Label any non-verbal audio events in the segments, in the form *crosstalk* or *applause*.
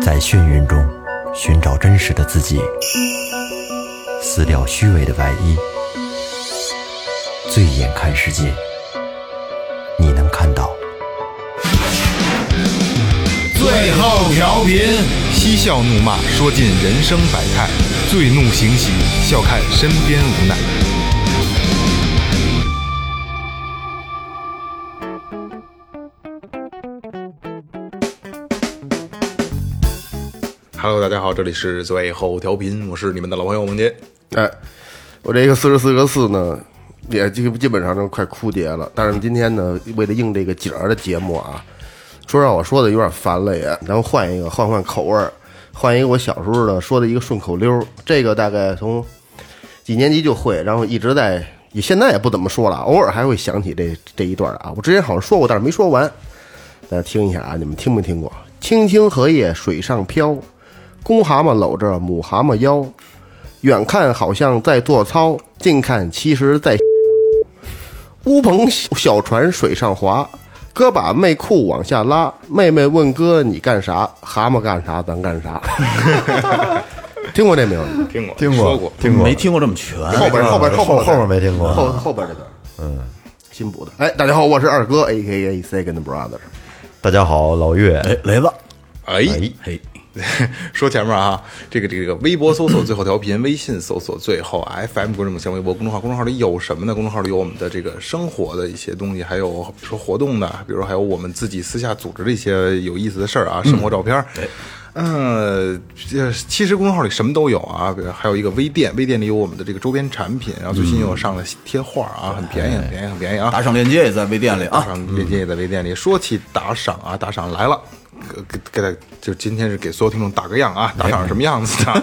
在眩晕中寻找真实的自己，撕掉虚伪的外衣，醉眼看世界，你能看到。最后调频，嬉笑怒骂，说尽人生百态；醉怒行喜，笑看身边无奈。Hello，大家好，这里是最后调频，我是你们的老朋友王杰。哎，我这个四十四个四呢，也基基本上都快枯竭了。但是今天呢，为了应这个景儿的节目啊，说让我说的有点烦了也，咱们换一个，换换口味儿，换一个我小时候的说的一个顺口溜儿。这个大概从几年级就会，然后一直在，也现在也不怎么说了，偶尔还会想起这这一段儿啊。我之前好像说过，但是没说完，大家听一下啊，你们听没听过？青青荷叶水上漂，公蛤蟆搂着母蛤蟆腰，远看好像在做操，近看其实在 *laughs* 乌篷小船水上划，哥把妹裤往下拉，妹妹问哥你干啥？蛤蟆干啥？咱干啥？ *laughs* 听过这没有？听过，听说过过，，听过，没听过这么全。后边后边后后边后面没听过后后边这个，嗯，新补的。哎，大家好，我是二哥，A K A Second Brother。大家好，老岳，哎，雷子，哎，嘿， *laughs* 说前面啊，这个这个微博搜索最后调频， *coughs* 微信搜索最后 FM 关注我们新浪微博公众号，公众号里有什么呢？公众号里有我们的这个生活的一些东西，还有比如说活动的，比如说还有我们自己私下组织的一些有意思的事儿啊，生活照片。嗯，这其实公众号里什么都有啊，比如还有一个微店，微店里有我们的这个周边产品，然后最新又上了贴画啊，很便宜，很便宜，很便宜啊！打赏链接也在微店里打啊。赏链接也在微店里。说起打赏啊，打赏来了，给给大就今天是给所有听众打个样啊，打赏是什么样子的？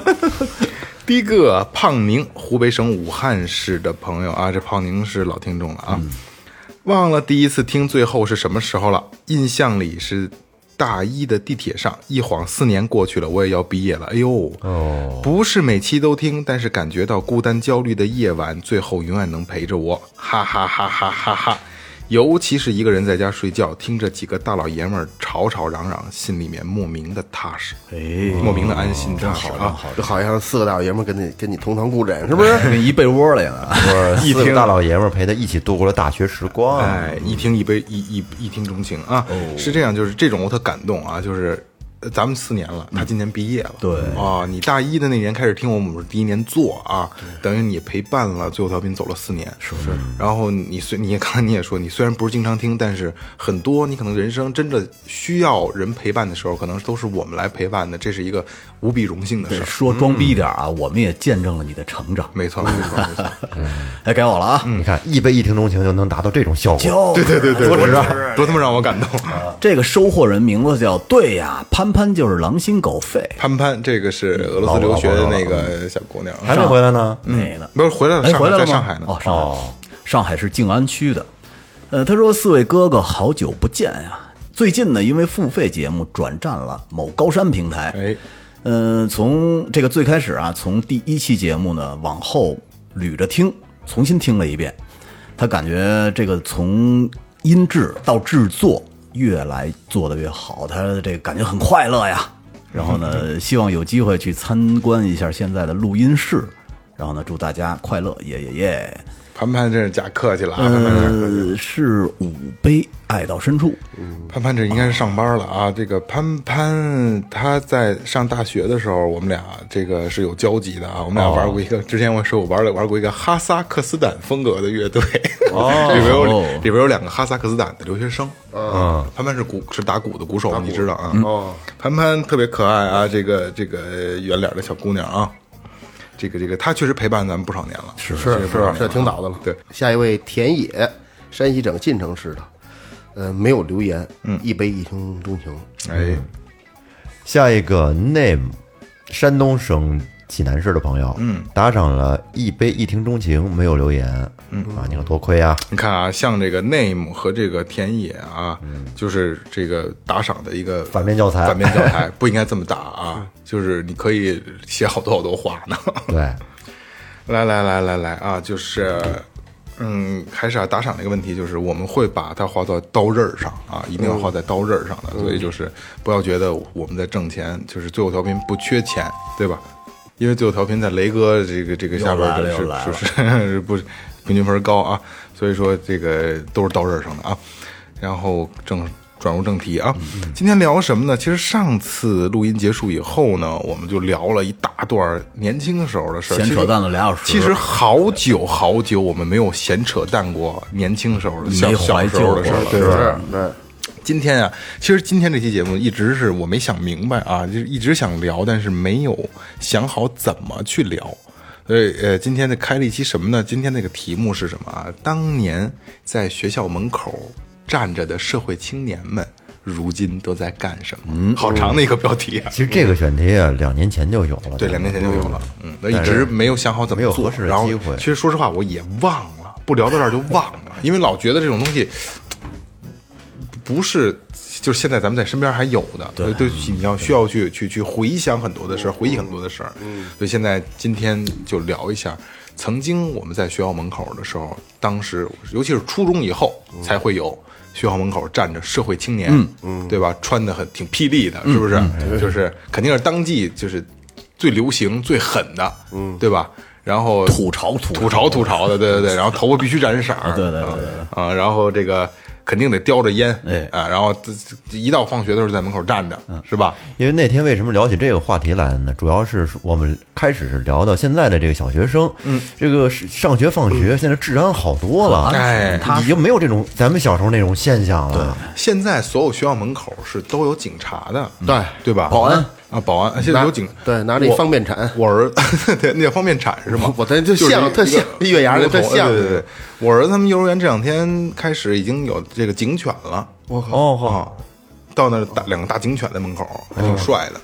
第一个胖宁，湖北省武汉市的朋友啊，这胖宁是老听众了啊，忘了第一次听最后是什么时候了，印象里是。大一的地铁上，一晃四年过去了，我也要毕业了。哎呦，哦，不是每期都听，但是感觉到孤单焦虑的夜晚，最后永远能陪着我，哈哈哈哈哈哈。尤其是一个人在家睡觉，听着几个大老爷们儿吵吵嚷嚷，心里面莫名的踏实，哎，莫名的安心踏实啊。就好像四个大老爷们跟你跟你同床共枕，是不是？跟一被窝里了，四个大老爷们儿陪他一起度过了大学时光。哎，一听一杯一一一听钟情啊，是这样，就是这种我特感动啊，就是。呃咱们四年了，他今年毕业了。对啊，你大一的那年开始听我们是第一年做啊，等于你陪伴了最后调频走了四年。是是。然后你虽你也刚才你也说，你虽然不是经常听，但是很多你可能人生真的需要人陪伴的时候，可能都是我们来陪伴的，这是一个无比荣幸的事儿。说装逼一点啊，我们也见证了你的成长。嗯没嗯错，没错，没 *laughs* 错。哎，该我了啊。你看，一杯一听钟情就能达到这种效果，对对对对，多值啊，多他妈让我感动。这个收货人名字叫对呀，潘潘就是狼心狗肺潘潘，这个是俄罗斯留学的那个小姑娘，还没回来呢。那个。不是回来了，嗯哎，上回海来了在吗？上海呢。哦，上海，上海是静安区的。呃，他说四位哥哥好久不见呀、最近呢，因为付费节目转战了某高山平台。哎，呃，从这个最开始啊，从第一期节目呢往后捋着听，重新听了一遍，他感觉这个从音质到制作越来做得越好，他这个感觉很快乐呀。然 *laughs* 后呢，希望有机会去参观一下现在的录音室。然后呢，祝大家快乐，耶耶耶！潘潘真是假客气了啊！潘潘这呃，是五杯爱到深处，潘潘这应该是上班了啊。这个潘潘他在上大学的时候，我们俩这个是有交集的啊。我们俩玩过一哦个，之前我说我玩了玩过一个哈萨克斯坦风格的乐队， *laughs* 里边有哦里边有两个哈萨克斯坦的留学生。嗯，潘潘是鼓是打鼓的鼓手，你知道嗯啊？哦，潘潘特别可爱啊，这个这个圆脸的小姑娘啊。这个这个，她确实陪伴咱们不少年了，是是是这挺早的了。对，下一位田野，山西省晋城市的，呃，没有留言，嗯，一杯一听钟情，哎，下一个 name，山东省济南市的朋友，嗯，打赏了一杯一听钟情，没有留言，嗯啊，你可多亏啊！你看啊，像这个 name 和这个田野啊，就是这个打赏的一个反面教材反面教材不应该这么打啊，就是你可以写好多好多话呢。对，来来来来来啊，就是嗯，还是啊，打赏这个问题，就是我们会把它花到刀刃儿上啊，一定要花在刀刃儿上嗯的。所以就是不要觉得我们在挣钱，就是最后调频不缺钱，对吧？因为最后调频在雷哥这个这个下边儿又来了是又来了是是是不是平均分高啊？所以说这个都是刀刃儿上的啊。然后正转入正题啊，嗯今天聊什么呢？其实上次录音结束以后呢，我们就聊了一大段儿年轻的时候的事儿，闲其实扯淡了俩小时其实好久好久，我们没有闲扯淡过年轻时候的小没小怀时候旧的事儿了。对是，对，今天啊，其实今天这期节目一直是我没想明白啊，就是一直想聊，但是没有想好怎么去聊。所以呃，今天的开了一期什么呢？今天那个题目是什么啊？当年在学校门口站着的社会青年们，如今都在干什么？嗯好长的一个标题啊！其实这个选题啊，两年前就有了，对，两年前就有了，嗯，那一直没有想好怎么没有做合适的然后机会其实说实话，我也忘了，不聊到这儿就忘了，因为老觉得这种东西不是，就是现在咱们在身边还有的，对嗯对，你要需要去去去回想很多的事儿，回忆很多的事儿，嗯，所以现在今天就聊一下。曾经我们在学校门口的时候，当时尤其是初中以后才会有学校门口站着社会青年，嗯，对吧？穿的很挺霹雳的，是不是？就是肯定是当季就是最流行、最狠的，嗯，对吧？然后吐槽吐吐槽吐槽的，对对对，然后头发必须染色儿，对对对啊对啊，然后这个肯定得叼着烟，哎啊，然后这这一到放学的时候在门口站着，嗯是吧？因为那天为什么聊起这个话题来呢？主要是我们开始是聊到现在的这个小学生，嗯，这个是上学放学现在治安好多了，嗯哎已经没有这种咱们小时候那种现象了。现在所有学校门口是都有警察的，对对吧？嗯保安啊，保安现在拿有警，对拿着一我方便铲我儿子 *laughs* 对那叫方便铲是吗？我我咱就像是特一个像一月牙儿个的特头像对对对，我儿子他们幼儿园这两天开始已经有这个警犬了，哦哦，啊，到那儿大两个大警犬在门口，还哦挺帅的，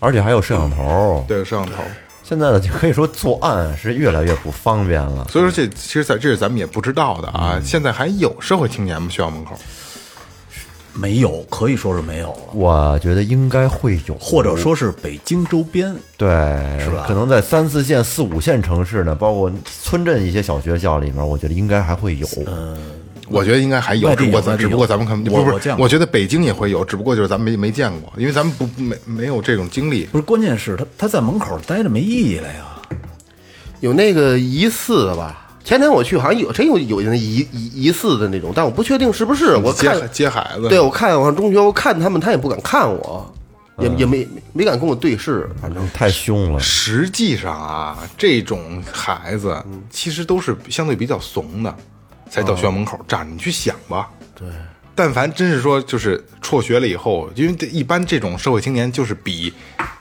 而且还有摄像头。对，摄像头。现在呢，就可以说作案是越来越不方便了。所以说这其实在这是咱们也不知道的啊。现在还有社会青年吗？学校门口？没有，可以说是没有了，我觉得应该会有，或者说是北京周边对，吧可能在三四线、四五线城市呢，包括村镇一些小学校里面，我觉得应该还会有。嗯我觉得应该还有，外只地不过有外咱地只有不过咱们看不我不我是见，过我觉得北京也会有，只不过就是咱们没没见过，因为咱们不没没有这种经历。不是，关键是他他在门口待着没意义了呀。有那个疑似的吧？前天我去好像有真有有那疑疑疑似的那种，但我不确定是不是。我接看接孩子，对，我看我上中学，我看他们，他也不敢看我，也也没没敢跟我对视，反正太凶了，实际上啊，这种孩子其实都是相对比较怂的，才到学校门口站着。你去想吧，对。但凡真是说就是辍学了以后，因为这一般这种社会青年就是比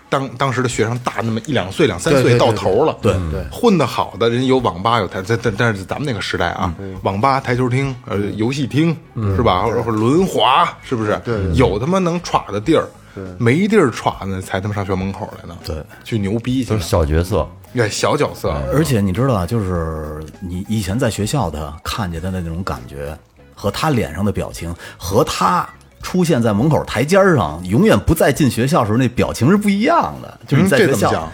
当当时的学生大那么一两岁、两三对岁对到对头了。对对，混得好的人有网吧有台，但但但是咱们那个时代啊，网吧、台球厅、呃游戏厅是吧？或者或者轮滑是不是？嗯对，有他妈能耍的地儿。没地儿耍呢，才他妈上学校门口来呢。对，去牛逼去都了是。小角色。对，小角色，而且你知道啊，就是你以前在学校的看见他的那种感觉，和他脸上的表情，和他出现在门口台阶儿上，永远不再进学校时候那表情是不一样的。就是你嗯在这学怎么校讲，？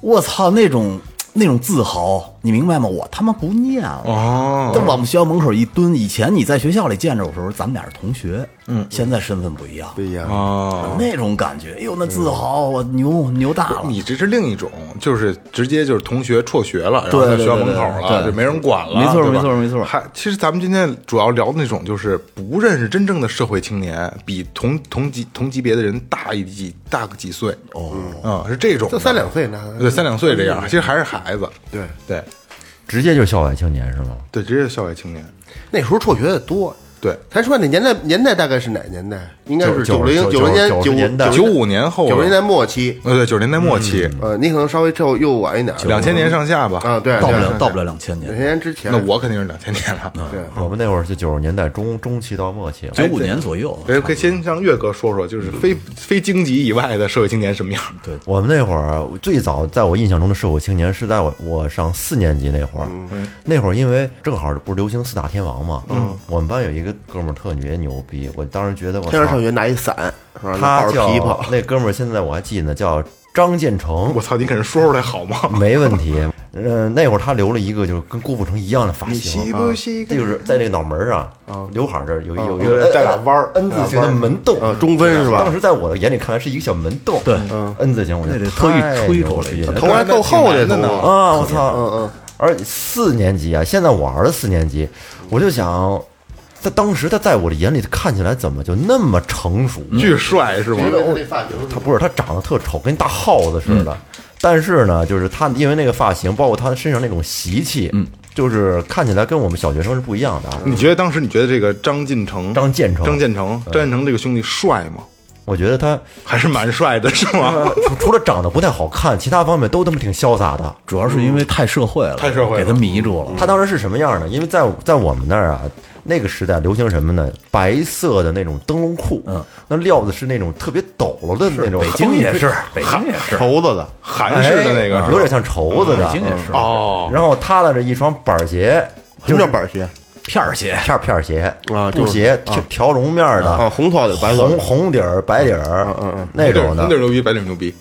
我操、那种那种自豪，你明白吗？我他妈不念了。哦但往我们学校门口一蹲，以前你在学校里见着我时候，咱们俩是同学，嗯，现在身份不一样，不一样。哦，那种感觉，哎呦，那自豪，我牛牛大了，你这是另一种，就是直接就是同学辍学了，然后对在学对校门口对对了，对就没人管了，没错对吧没错没错还其实咱们今天主要聊的那种，就是不认识真正的社会青年，比同同级同级别的人大一级大个几岁哦，啊，是这种的，就三两岁呢对，三两岁这样，其实还是孩子，对对直接就是校外青年是吗？对，直接是校外青年，那时候辍学的多。对，咱说那年代年代大概是哪年代？应该是九九零九零年九十九年代九五年哦后，九零年代末期。呃，对，九十年代末期，嗯呃，你可能稍微稍微又晚一点儿，两千年上下吧，啊，对，到不了对到不了两千年两千，年之前。那我肯定是两千年了，嗯对我们那会儿是九十年代中中期到末期了。九五年左右，啊哎，可以先让岳哥说说，就是嗯非非经济以外的社会青年什么样？我们那会儿最早在我印象中的社会青年是在我我上四年级那会儿，嗯那会儿因为正好不是流行四大天王嘛，嗯我们班有一个哥们儿特别牛逼，我当时觉得我天上操上学拿一伞，是吧？他抱着叫琵琶，那哥们儿现在我还记得呢，叫张建成 *laughs* 我，操，你给人说出来好吗？没问题。呃，那会儿他留了一个就是跟郭富城一样的发型，不习惯就是在这个脑门儿啊，刘海儿这儿有一有一有个点带俩弯儿 N 字形的门洞啊，中分是吧当时在我的眼里看来是一个小门洞，对，N 字形，我觉那得得特意太吹牛出来逼一下了头还够厚的挺难的头，啊！我操，嗯嗯。而四年级啊，现在我儿子四年级，我就想，在当时他在我的眼里，他看起来怎么就那么成熟？巨帅是吗？那发型他不是他长得特丑，跟大耗子似的。嗯但是呢，就是他因为那个发型，包括他身上那种习气，嗯，就是看起来跟我们小学生是不一样的啊。你觉得当时你觉得这个张进成、张建成嗯张建成、张建成这个兄弟帅吗？我觉得他还是蛮帅的，是 *laughs* 吗？除除了长得不太好看，其他方面都他妈挺潇洒的。主要是因为太社会了，太社会了给他迷住了。他当时是什么样呢？因为在在我们那儿啊，那个时代流行什么呢？白色的那种灯笼裤，嗯，那料子是那种特别抖了的那种，北京也是，北京也是，头子的，韩式的那个哎是有吧点像绸子嗯北的京。也是，哦，然后踏了着一双板鞋，什么叫板鞋片儿鞋，片儿片儿鞋啊布鞋条条绒面儿啊？的，红头的，白色红的，红底儿白底儿，嗯嗯，那种红底的。牛逼，白领牛逼，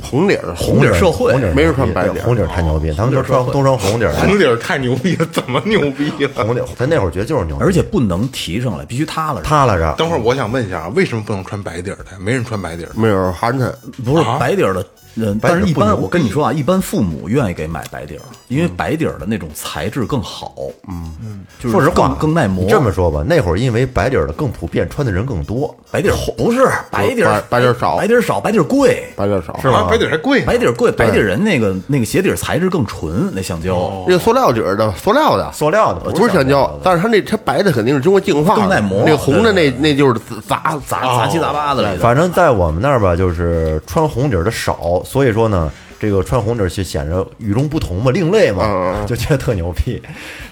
红领儿，红底儿红底儿社会红底儿没人穿白对底儿红底儿太牛逼，他们都穿都穿红底儿的，红底太牛逼了，怎么牛逼啊了？红底儿，咱那会儿觉得就是牛逼，而且不能提上来，必须塌了。塌拉着。等会儿我想问一下啊，为什么不能穿白底儿的？没人穿白底儿，没有寒碜，不是啊白底儿的，嗯，白底但儿是一不牛般逼我跟你说啊，一般父母愿意给买白底儿，因为白底儿的那种材质更好，嗯嗯，就是说实话更，更耐磨。你这么说吧，那会儿因为白底儿的更普遍，穿的人更多，白底儿不是白底儿，白白底儿少白底儿少，白底儿贵，白点少。啊，白底儿还贵呢，白底儿贵，白底儿人那个那个鞋底儿材质更纯，那橡哦胶这个塑料底儿的，塑料的，塑料的不呃是橡胶，但是它那它白的肯定是经过净化的，更耐磨那红的那那就是杂杂杂七杂哦八的来的。反正在我们那儿吧，就是穿红底儿的少，所以说呢，这个穿红底儿就显着与众不同嘛，另类嗯嘛，就觉得特牛逼。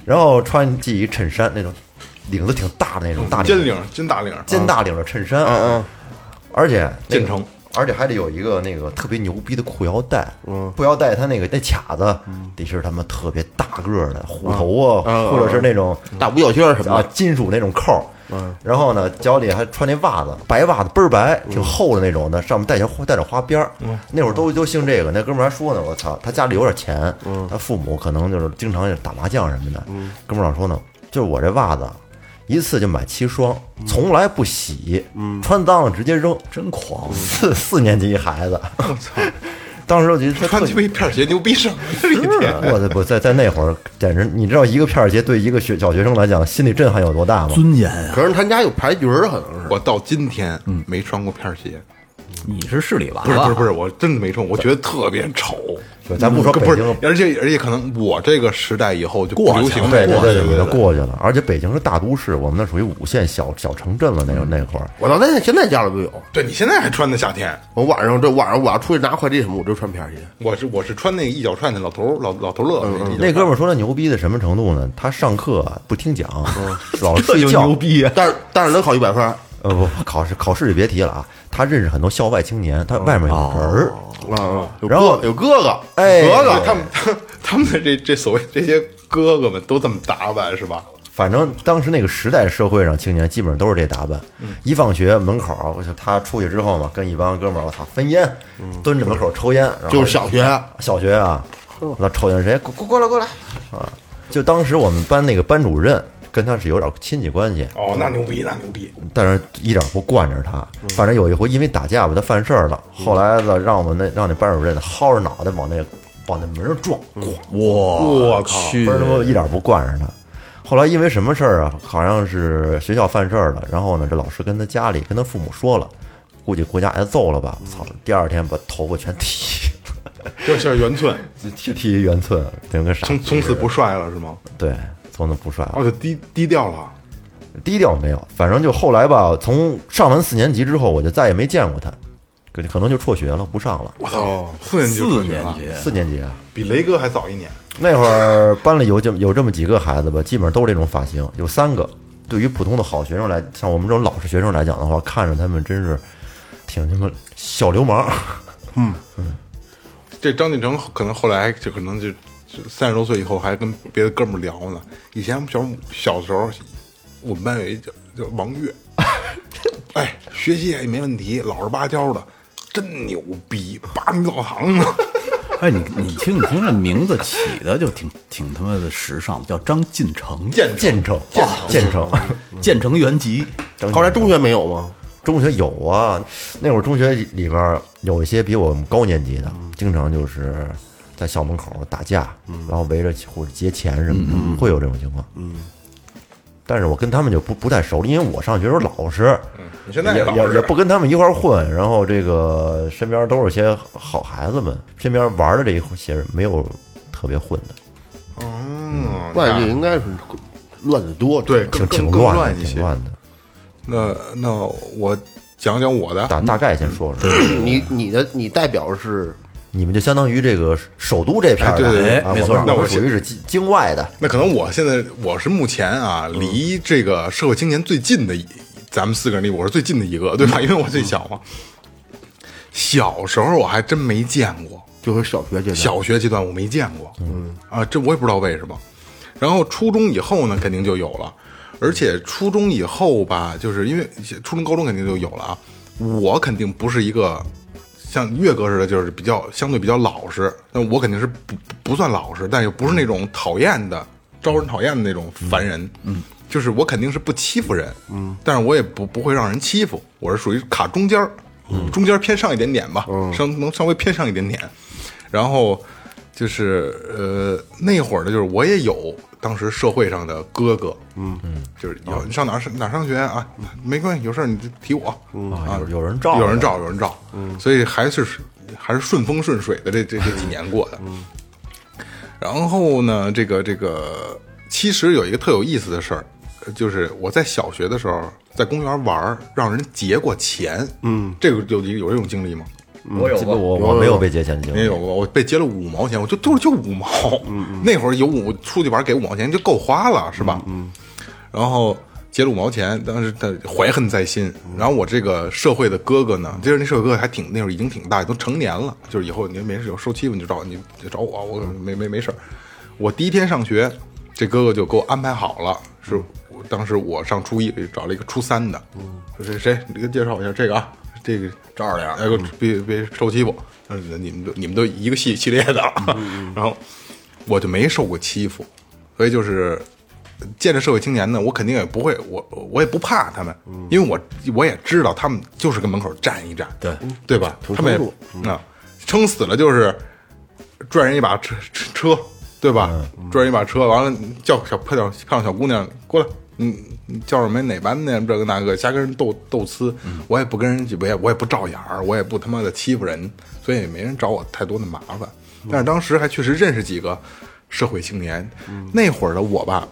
然后穿系一衬衫，那种领子挺大的那种大尖领领，金大领，尖大领的衬衫，嗯而且那个建成，而且还得有一个那个特别牛逼的裤腰带，裤腰带它那个那卡子得是他妈特别大个儿的虎头嗯啊，或者是那种嗯，大五角星儿什么啊的，金属那种扣儿，然后呢脚底还穿那袜子，白袜子倍儿白，挺厚的那种的，上面带条花带点花边儿。那会儿都都兴这个，那哥们儿还说呢，我操，他家里有点钱，他父母可能就是经常也打麻将什么的。哥们儿老说呢，就是我这袜子一次就买七双，从来不洗，穿脏了直接扔。真狂！嗯四四年级一孩子，我操！当时我觉得他穿特鸡巴一片鞋牛啊逼 *laughs* 什么呀？一天啊我的不在在那会儿，简直你知道一个片儿鞋对一个学小学生来讲心理震撼有多大吗？尊严啊！可是他们家有牌局儿，可能是。我到今天没穿过片鞋，你是市里娃娃，不是不是不是，我真的没穿，我觉得特别丑。就咱不说北不是京，，而且而且可能我这个时代以后就不流行对了对对对对，就过去了。而且北京是大都市，我们那属于五线小小城镇了，那个那会儿。我到现在现在家里都有，对你现在还穿的夏天，我晚上这晚上我要出去拿快递什么，我就穿片儿鞋。我是我是穿那个一脚踹那老头儿老老头乐嗯那一脚那哥们儿说他牛逼的什么程度呢？他上课啊不听讲，老师睡就觉牛，逼啊！但是但是能考一百分儿呃不，考试考试就别提了啊。他认识很多校外青年，他外面有人儿，啊，有然后哥有哥哥，哎哥哥他们 *laughs* 他们他们的这这所谓这些哥哥们都这么打扮是吧？反正当时那个时代社会上，青年基本上都是这打扮。嗯一放学门口儿，我就他出去之后嘛，跟一帮哥们儿，我操，分烟，蹲着门口抽烟，然后嗯就是小学，小学啊，那抽烟谁过过过来过来啊！就当时我们班那个班主任跟他是有点亲戚关系，哦，那牛逼那牛逼，但是一点不惯着他。嗯反正有一回因为打架吧，他犯事儿了，后来呢让我们那让那班主任薅着脑袋往那往那门上撞，咣我嗯我靠去不！是他妈一点不惯着他。后来因为什么事儿啊？好像是学校犯事儿了，然后呢，这老师跟他家里跟他父母说了，估计国家挨揍了吧？嗯操！第二天把头发全剃，就是圆寸，剃剃一圆寸，跟个傻逼 *laughs* 从从似此的不帅了是吗？对，从此不帅了哦，就低低调了。低调没有，反正就后来吧，从上完四年级之后，我就再也没见过他，可可能就辍学了，不上了。我操，四年级就四出去年了，级，四年级啊，比雷哥还早一年。那会儿班里有这么有这么几个孩子吧，基本上都是这种发型，有三个。对于普通的好学生来，像我们这种老实学生来讲的话，看着他们真是挺他妈小流氓。这张晋成可能后来就可能就三十多岁以后还跟别的哥们儿聊呢。以前我们小小时候，我们 *laughs* 班有一叫叫王月，哎，学习也没问题，老实巴交的。真牛逼，八米澡堂子。哎，你你听，你听这名字起的就挺挺他妈的时尚，叫张进成， *laughs* 建建成，建成，建成原籍，后来中学没有吗？中学有啊，那会儿中学里边有一些比我们高年级的，经常就是在校门口打架，嗯然后围着或者劫钱什么的，会有这种情况。嗯，但是我跟他们就不不太熟了，因为我上学时候老实，你现在嗯也嗯老也实也不跟他们一块儿混，然后这个身边都是些好孩子们，身边玩的这一些人没有特别混的，嗯，外地应该是乱的多。对，挺更挺更更乱一的，挺些。乱的。那那我讲讲我的，大大概先说说，嗯嗯你你的你代表是你们就相当于这个首都这片儿的，哎对对对啊没错我们那我我们属于是京京外的。那可能我现在我是目前啊离这个社会青年最近的一，咱们四个人里我是最近的一个，对吧？因为我最小嘛。小时候我还真没见过，就是小学阶段，小学阶段我没见过，嗯啊，这我也不知道为什么。然后初中以后呢，肯定就有了，而且初中以后吧，就是因为初中、高中肯定就有了啊。我肯定不是一个像岳哥似的，就是比较相对比较老实，那我肯定是不不算老实，但又不是那种讨厌的、招人讨厌的那种烦人，嗯，就是我肯定是不欺负人，嗯，但是我也不不会让人欺负，我是属于卡中间儿，中间儿偏上一点点吧，上能稍微偏上一点点，然后就是呃那会儿呢，就是我也有当时社会上的哥哥，嗯嗯，就是有你上哪儿上哪儿上学啊？没关系，有事儿你就提我，啊，有有人照有人照，有人照，嗯，所以还是还是顺风顺水的这这这几年过的，嗯，然后呢，这个这个其实有一个特有意思的事儿。呃就是我在小学的时候，在公园玩儿，让人劫过钱。嗯，这个有有这种经历吗？我有我我没有被劫钱经没历有，，过，我被劫了五毛钱，我就就是就五毛，那会儿有五出去玩给五毛钱就够花了，是吧？嗯，然后劫了五毛钱，当时他怀恨在心。然后我这个社会的哥哥呢，就是那社会哥哥还挺那会儿已经挺大，都成年了，就是以后你没事有受欺负你就找你就找我，我没没没事儿。我第一天上学，这哥哥就给我安排好了，是我当时我上初一找了一个初三的，说谁谁你给介绍一下这个啊，这个这二两，哎呦别别受欺负，嗯你们都你们都一个系系列的，然后我就没受过欺负，所以就是见着社会青年呢，我肯定也不会，我我也不怕他们，因为我我也知道他们就是跟门口站一站，对对吧？他们也啊，撑死了就是拽人一把车车车，对吧？拽人一把车，完了叫小漂亮漂亮小姑娘过来，你你叫什么哪班的呀？这个那个，瞎跟人斗斗呲，我也不跟人，我也我也不照眼儿，我也不他妈的欺负人，所以也没人找我太多的麻烦。但是当时还确实认识几个社会青年，那会儿的我吧。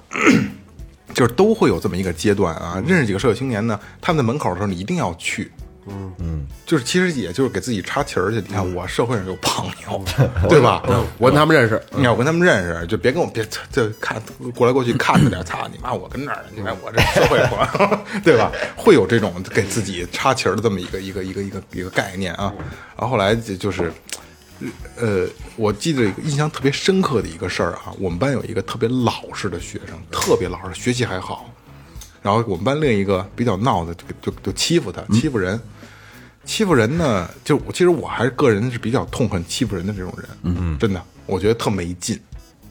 就是都会有这么一个阶段啊，认识几个社会青年呢，他们在门口的时候，你一定要去，嗯就是其实也就是给自己插旗儿去。你看我社会上有朋 *laughs* 友，对吧？嗯嗯我跟他们认识，你要跟他们认识，就别跟我别这看过来过去看着点，擦你妈！嗯我跟这儿，你看我这社会朋友， *laughs* 对吧？会有这种给自己插旗儿的这么一个一个一个一个一个概念嗯啊。然后后来就就是，呃，我记得印象特别深刻的一个事儿啊，我们班有一个特别老实的学生，特别老实，学习还好。然后我们班另一个比较闹的，就就就欺负他，欺负人。欺负人呢，就我其实我还是个人是比较痛恨欺负人的这种人，嗯，真的，我觉得特没劲。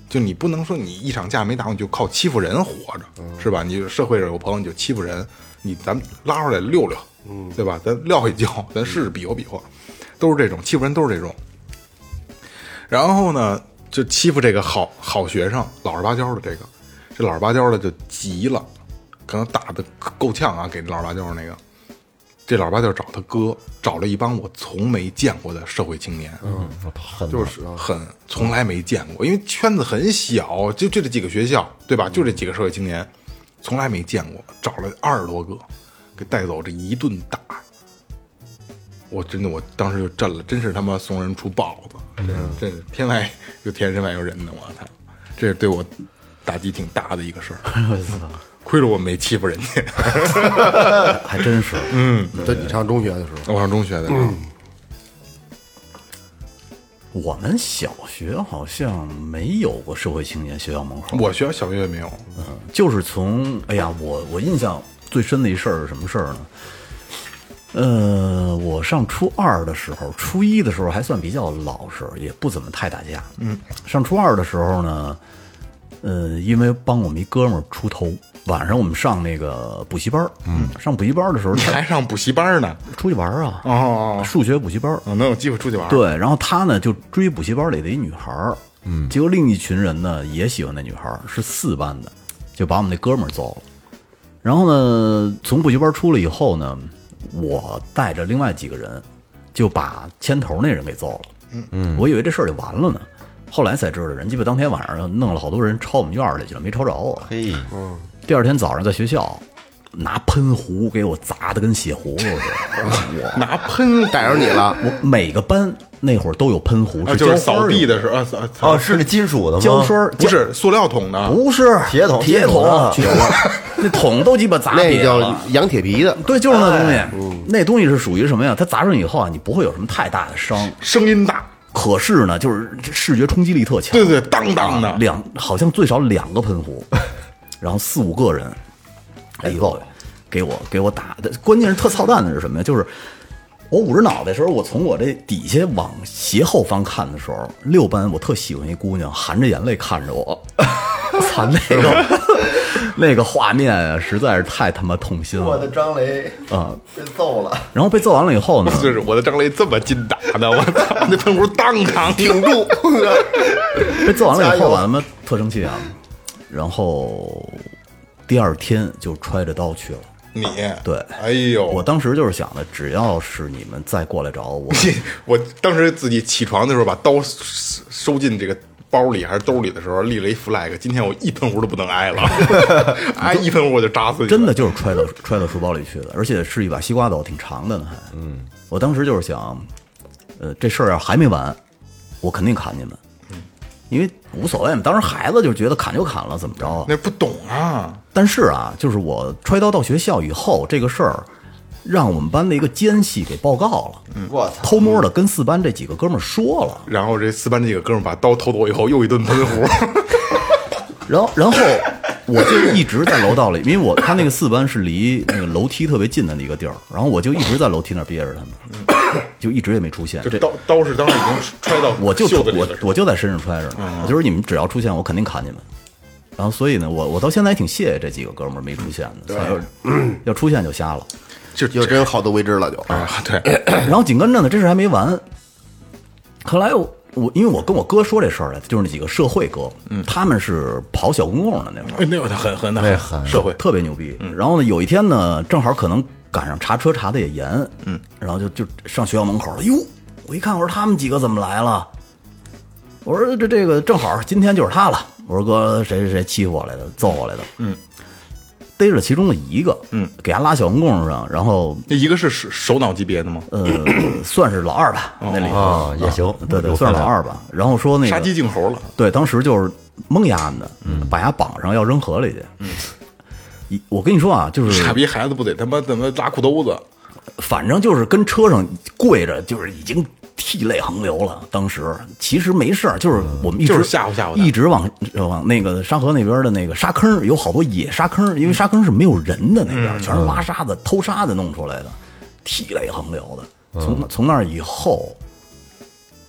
就你不能说你一场架没打，你就靠欺负人活着，是吧？你社会上有朋友你就欺负人，你咱们拉出来溜溜，嗯，对吧？咱撂一跤，咱试试比划比划，都是这种欺负人，都是这种。然后呢，就欺负这个好好学生，老实巴交的这个，这老实巴交的就急了，可能打的够呛啊，给老实巴交的那个。这老八就找他哥，找了一帮我从没见过的社会青年，嗯，就是啊，很从来没见过，因为圈子很小，就就这几个学校，对吧？就这几个社会青年，从来没见过，找了二十多个，给带走这一顿打，我真的我当时就震了，真是他妈怂人出豹子，真是天外有天，人外有人的，我操，这是对我打击挺大的一个事儿，亏 *laughs* 着我没欺负人家。还真是。嗯在你上中学的时候，我上中学的时候，我们小学好像没有过社会青年学校门口，我学校小学也没有，就是从哎呀，我我印象最深的一事儿是什么事儿呢？呃，我上初二的时候，初一的时候还算比较老实，也不怎么太打架。嗯，上初二的时候呢，呃，因为帮我们一哥们儿出头，晚上我们上那个补习班嗯，上补习班的时候，你他还上补习班呢？出去玩儿啊，哦数学补习班儿哦，能有机会出去玩？，对，然后他呢就追补习班里的一女孩儿，嗯，结果另一群人呢也喜欢那女孩儿，是四班的，就把我们那哥们儿揍了。然后呢，从补习班出来以后呢，我带着另外几个人就把牵头那人给揍了。嗯嗯，我以为这事儿就完了呢，后来才知道，人鸡巴当天晚上弄了好多人抄我们院儿里去了，没抄着我。嘿，第二天早上在学校拿喷壶给我砸的跟血葫芦似的，我拿喷逮着你了，我每个班那会儿都有喷壶， *laughs* 啊，就浇是花扫儿地用的时候啊，扫扫哦，是那金属的吗？胶栓儿不是塑料桶的，不是铁桶铁铁桶啊绝了，那桶都鸡巴砸 *laughs* 那瘪叫了。羊铁皮的，对，就是那东西，那东西是属于什么呀？它砸上以后啊，你不会有什么太大的伤，声音大，可是呢，就是视觉冲击力特强。对对，当当的啊，两好像最少两个喷壶，然后四五个人，哎呦，给我给我打的，关键是特操蛋的是什么呀？就是我捂着脑袋的时候，我从我这底下往斜后方看的时候，六班我特喜欢一姑娘，含着眼泪看着我， *laughs* 操那个那个画面啊，实在是太他妈痛心了张雷啊！被揍了，然后被揍完了以后呢，就是我的张雷这么劲打的，我 *laughs* 操，那喷壶当当挺住， *laughs* 被揍完了加以后，油我他妈特生气啊！然后第二天就揣着刀去了。你对，哎呦， *laughs* 我当时就是想的，只要是你们再过来找我，我当时自己起床的时候，把刀收收进这个包里还是兜里的时候，立了一 flag，今天我一喷壶都不能 *laughs* 挨了，挨一喷壶我就扎死你。真的，就是揣到 *laughs* 揣到书包里去的，而且是一把西瓜刀，挺长的呢，还。嗯，我当时就是想，呃，这事儿要还没完，我肯定砍你们，嗯因为无所谓嘛。当时孩子就觉得砍就砍了，怎么着啊？那不懂啊，但是啊，就是我揣刀到学校以后，这个事儿让我们班的一个奸细给报告了，嗯我操！偷摸的跟四班这几个哥们儿说了。然后这四班这几个哥们儿把刀偷走以后，又一顿喷壶，然后， *laughs* 然后我就一直在楼道里，因为我他那个四班是离那个楼梯特别近的一个地儿，然后我就一直在楼梯那儿憋着他 *laughs* 们，就一直也没出现。这 *laughs* 这刀刀是当时已经揣到我就袖子里我了，是吧我就在身上揣着呢，嗯我就是你们只要出现，我肯定砍你们。然后，所以呢，我我到现在也挺谢谢这几个哥们儿没出现的，才有要出现就瞎了。就就真好自为之了，就啊，对，然后紧跟着呢，这事还没完。后来我我因为我跟我哥说这事儿来，就是那几个社会哥，嗯他们是跑小公共的那会儿，那会儿他很很那很很社会，嗯特别牛逼。然后呢，有一天呢，正好可能赶上查车查的也严，嗯，然后就就上学校门口了。哟，我一看，我说他们几个怎么来了？我说这这个正好今天就是他了。我说哥，谁谁谁欺负我来的，揍我来的，嗯，逮着其中的一个，嗯，给他拉小公共上，然后那一个是首首脑级别的吗？ *coughs* 呃，算是老二吧，那里头啊也行对对，有算是分量老二吧。然后说那个哦杀鸡儆猴了，对，当时就是蒙丫的，嗯把牙绑上要扔河里去。嗯一我跟你说啊，就是傻逼孩子不得他妈怎么拉裤兜子？反正就是跟车上跪着，就是已经涕泪横流了。当时其实没事儿，就是我们一直、就是吓唬吓唬他一直往往那个沙河那边的那个沙坑，有好多野沙坑，因为沙坑是没有人的，那边、嗯全是挖沙子、偷沙子弄出来的，涕泪横流嗯的。从、从那儿以后，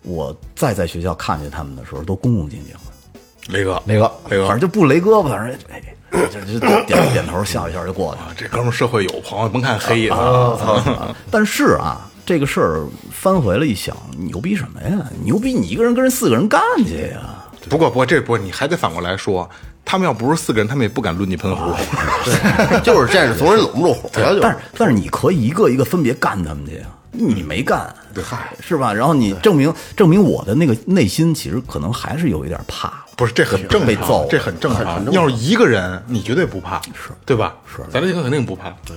我再在学校看见他们的时候，都恭恭敬敬的。雷哥，雷哥雷哥，反正就不雷胳膊，反正哎，就就就点点头笑一笑就过去了。啊这哥们儿社会有朋友，甭看黑啊，但是啊，这个事儿翻回来一想，牛逼什么呀？牛逼你一个人跟人四个人干去呀？不过，不过这波你还得反过来说，他们要不是四个人，他们也不敢抡你喷壶。 *laughs* 就是战士从人拢不住火，就但是但是你可以一个一个分别干他们去呀，你没干，嗨，是吧？然后你证明证明我的那个内心其实可能还是有一点怕了。 *laughs* 不是，这很正被常揍，这很正常。要是一个人，你绝对不怕，是对吧？是，咱这个肯定不怕，对，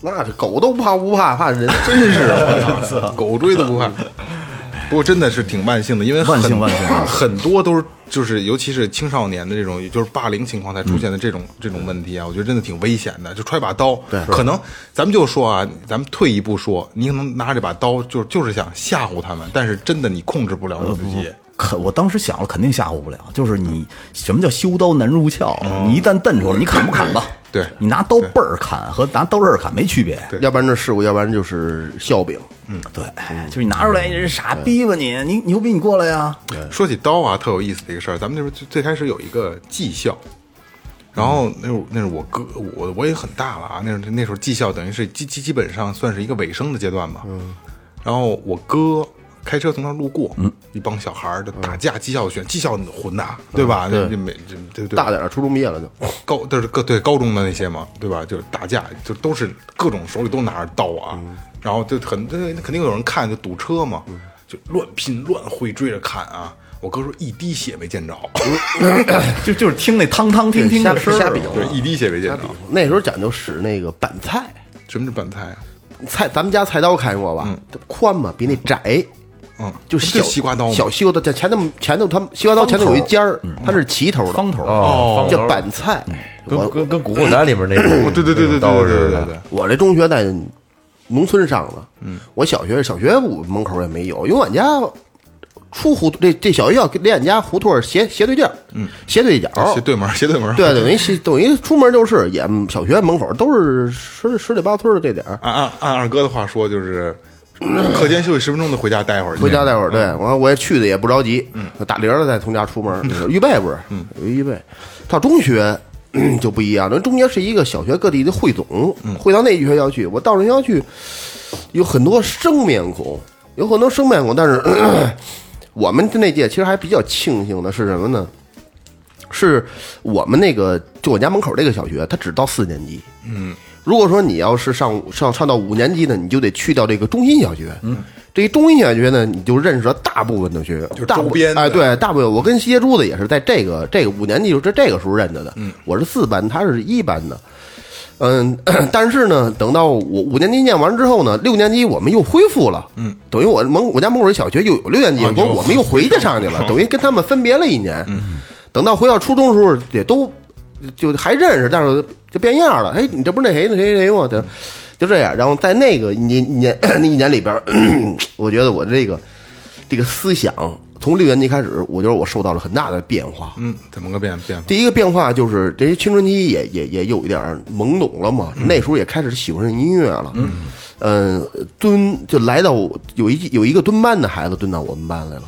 那这狗都不怕不怕，怕人真是我 *laughs* 操狗追都不怕。不过真的是挺万幸的，因为万幸 *laughs* 很万幸很多都是就是尤其是青少年的这种，也就是霸凌情况才出现的这种、这种问题啊，我觉得真的挺危险的。就揣把刀，可能咱们就说啊，咱们退一步说，你可能拿这把刀就就是想吓唬他们，但是真的你控制不了你自己。肯，我当时想了，肯定吓唬不了。就是你什么叫修刀难入鞘？你一旦瞪出来，你砍不砍吧？对你拿刀背儿砍和拿刀刃儿砍没区别。要不然这事故，要不然就是笑柄。对，就是你拿出来，人傻逼吧你，你牛逼你过来呀！说起刀啊，特有意思的一个事儿。咱们那边最最开始有一个技校，然后那会儿那是我哥，我我也很大了啊。那时候那时候技校等于是基基基本上算是一个尾声的阶段吧。嗯。然后我哥开车从那儿路过，一帮小孩儿就打架，技校选技校混的，嗯啊对吧？那那每这对对大点儿，初中毕业了就。高就是各对高中的那些嘛，对吧？就是打架，就都是各种手里都拿着刀啊，嗯然后就很那肯定有人看，就堵车嘛，就乱拼乱挥追着看啊。我哥说一滴血没见着， *coughs* 就就是听那汤汤听听的声儿， *laughs* 对，一滴血没见着。啊那时候讲究使那个板菜，什么是拌菜啊？菜咱们家菜刀看见过吧？这宽嘛，比那窄。嗯，就不小是西瓜刀吗？小西瓜刀，这前头前头它西瓜刀前头有一尖儿，它是齐头的，方头哦叫板菜。嗯跟我跟跟《古惑仔》里面那种，哦 *coughs* 对对对对对那种刀对对似对的对，我这中学在农村上的，嗯我小学小学我门口也没有，因为俺家出胡这这小学校离俺家胡同儿斜斜对劲儿，斜对角儿，嗯斜对门儿，斜对门儿。哦对，*laughs* 等于是等于出门就是也小学门口都是十十里八村的这点儿，按按按啊二哥的话说，就是课间休息十分钟的回家待会儿去，嗯回家待会儿，对，完了我也去的也不着急，打铃儿了再从家出门， *laughs* 预备不是，嗯有预备。到中学嗯就不一样了，中学是一个小学各地的汇总，嗯汇到那学校去。我到那学校去，有很多生面孔，有很多生面孔，但是 *clears throat* 咳咳我们那届其实还比较庆幸的是什么呢？是我们那个就我家门口这个小学，它只到四年级。嗯，如果说你要是上上上到五年级呢，你就得去到这个中心小学。嗯，这一中心小学呢，你就认识了大部分的是学员，大部周边的哎，对，大部分我跟西街珠子也是在这个这个五年级就是这个时候认得的。嗯，我是四班，他是一班的。嗯， *clears throat* 但是呢，等到我五年级念完之后呢，六年级我们又恢复了。嗯，等于我门我家门口这小学又有六年级，啊不是有我们又回去上去了，等于跟他们分别了一年。嗯，等到回到初中的时候，也都就还认识，但是就变样了。哎，你这不是那谁那谁谁吗？就就这样。然后在那个一年一年 *clears throat* 那一年里边儿，我觉得我这个这个思想从六年级开始，我觉得我受到了很大的变化。嗯，怎么个变变法？第一个变化就是，这些青春期也也也有一点儿懵懂了嘛，那时候也开始喜欢上音乐了。嗯，蹲就来到我有一有一个蹲班的孩子蹲到我们班来了，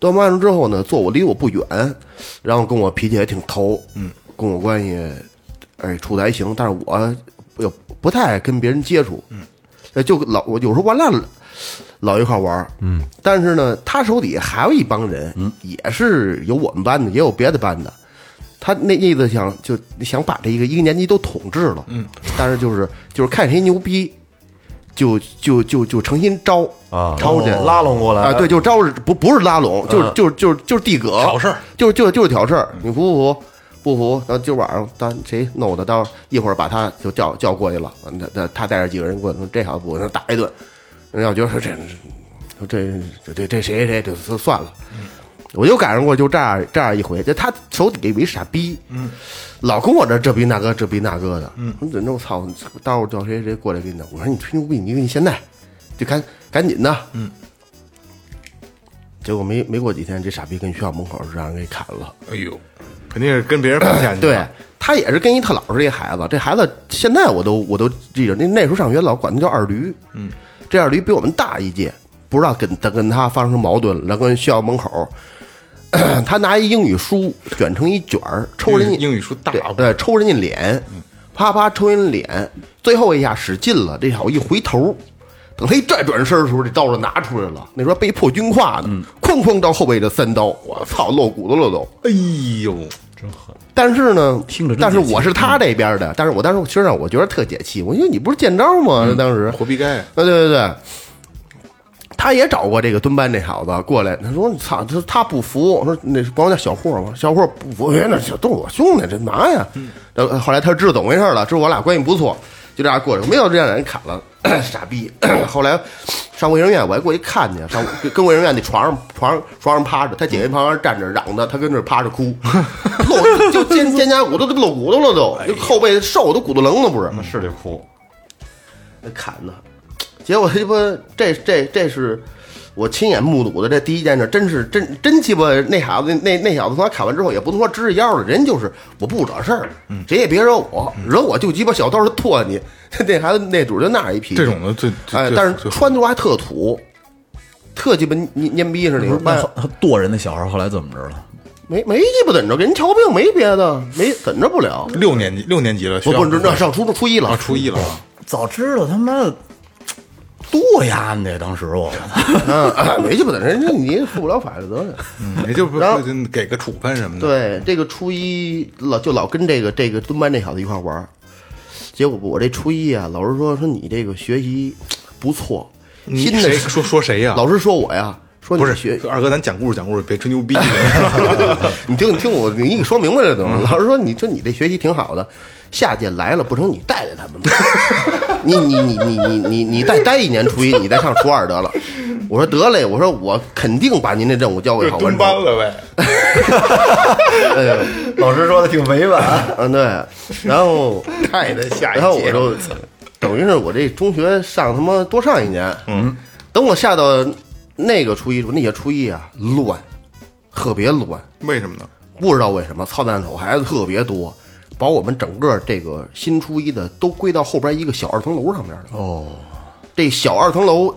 蹲班之后呢，坐我离我不远，然后跟我脾气也挺投，嗯，跟我关系哎处的还行，但是我又不太爱跟别人接触，嗯，就老我有时候玩烂了。老一块玩儿，嗯，但是呢，他手底下还有一帮人，嗯，也是有我们班的，也有别的班的，他那意思想就想把这一个一个年级都统治了，嗯，但是就是就是看谁牛逼，就就就就诚心招啊，招去拉拢过来啊，对，，就招不不是拉拢，就是就是就是就是地格挑事儿，就是就是就是挑事儿，你服不服？不服，然后今儿晚上咱谁弄的，到时候一会儿把他就叫叫过去了，那那他带着几个人过来，说这小子不，那打一顿，人要觉得说这这这这这谁谁谁，这就算了。我就赶上过就这样这样一回，就他手底下有一傻逼，嗯，老跟我这这逼那个这逼那个的，嗯，我怎么着我操，待会儿叫谁谁过来给你弄，我说你吹牛逼，你你现在就赶赶紧的，嗯，结果没没过几天，这傻逼跟学校门口就让人给砍了，哎呦，肯定是跟别人分享去了。对他也是跟一特老实一孩子，这孩子现在我都我都记着，那那时候上学老管他叫二驴，嗯，这二驴比我们大一届，不知道跟他跟他发生矛盾了，然后跟学校门口， *coughs* 咳他拿一英语书卷成一卷儿，抽人家英语英语书大对不对，抽人家脸，嗯啪啪抽人家脸，最后一下使劲了，这小子一回头。等他一再转身的时候，这刀就拿出来了。那时候被迫军挎呢，嗯哐哐到后背这三刀，我操，露骨头了都。哎呦，但是呢，听着真但是解气嗯我是他这边的，但是我当时其实让我觉得特解气，我因为你不是见招吗？嗯当时，活逼该。啊，对对对，他也找过这个蹲班这小子过来，他说：“你操，他他不服。”我说：“那管我叫小霍吧，小霍不服，哎，那小都是我兄弟，这嘛呀？”然后后来他知道怎么 *clears throat* 回事了，知道我俩关系不错，就这样过去，没有这样让人砍了，傻逼。后来上卫生院，我还过去看去，上跟跟卫生院那床上床上床上趴着，他姐姐旁边站着嚷的，他跟那儿趴着哭，露就肩肩胛骨都都露骨头了都，就后背瘦都骨头棱子不是，是得哭，那砍的。结果鸡巴这这这是我亲眼目睹的这第一件事，真是真真鸡巴那孩子那那小子从他砍完之后，也不能说直着腰了，人就是我不惹事儿，嗯谁也别惹我，惹我就鸡巴小刀就剁你。那孩子那主儿就那样一脾气，这种的最最哎，最但是最穿着还特土，特鸡巴蔫蔫逼似的，那哎后他剁人的小孩后来怎么着了？没没鸡巴怎着，给人瞧病没别的，没怎着不了。六年级六年级了，不学不，校这这上初中初一了啊，，初一了啊，早知道他妈剁呀你得当时我嗯，哎没鸡巴怎着，人家你负不了法就得 *laughs* 了。嗯也就不然后就给个处分什么的。对，这个初一老就老跟这个这个蹲班这小子一块玩儿，结果我这初一啊，老师说说你这个学习不错，你新的谁说说谁呀？老师说我呀，说你不是学，二哥，咱讲故事讲故事，别吹牛 *laughs* 逼。你听你听我，你给说明白了都。嗯老师说你说你这学习挺好的，下届来了不成你带带他们吧？ *laughs* 你你你你你你你再待一年初一，你再上初二得了。我说得嘞，我说我肯定把您这任务交给好蹲完班成。了呗，老师说的挺委婉， *laughs* *laughs* 嗯，对，然后太得下一届然后我就等于是我这中学上他妈多上一年，嗯，等我下到那个初一，那些初一啊乱，特别乱，为什么呢？不知道为什么操蛋头孩子特别多，把我们整个这个新初一的都归到后边一个小二层楼上面了。哦，这小二层楼，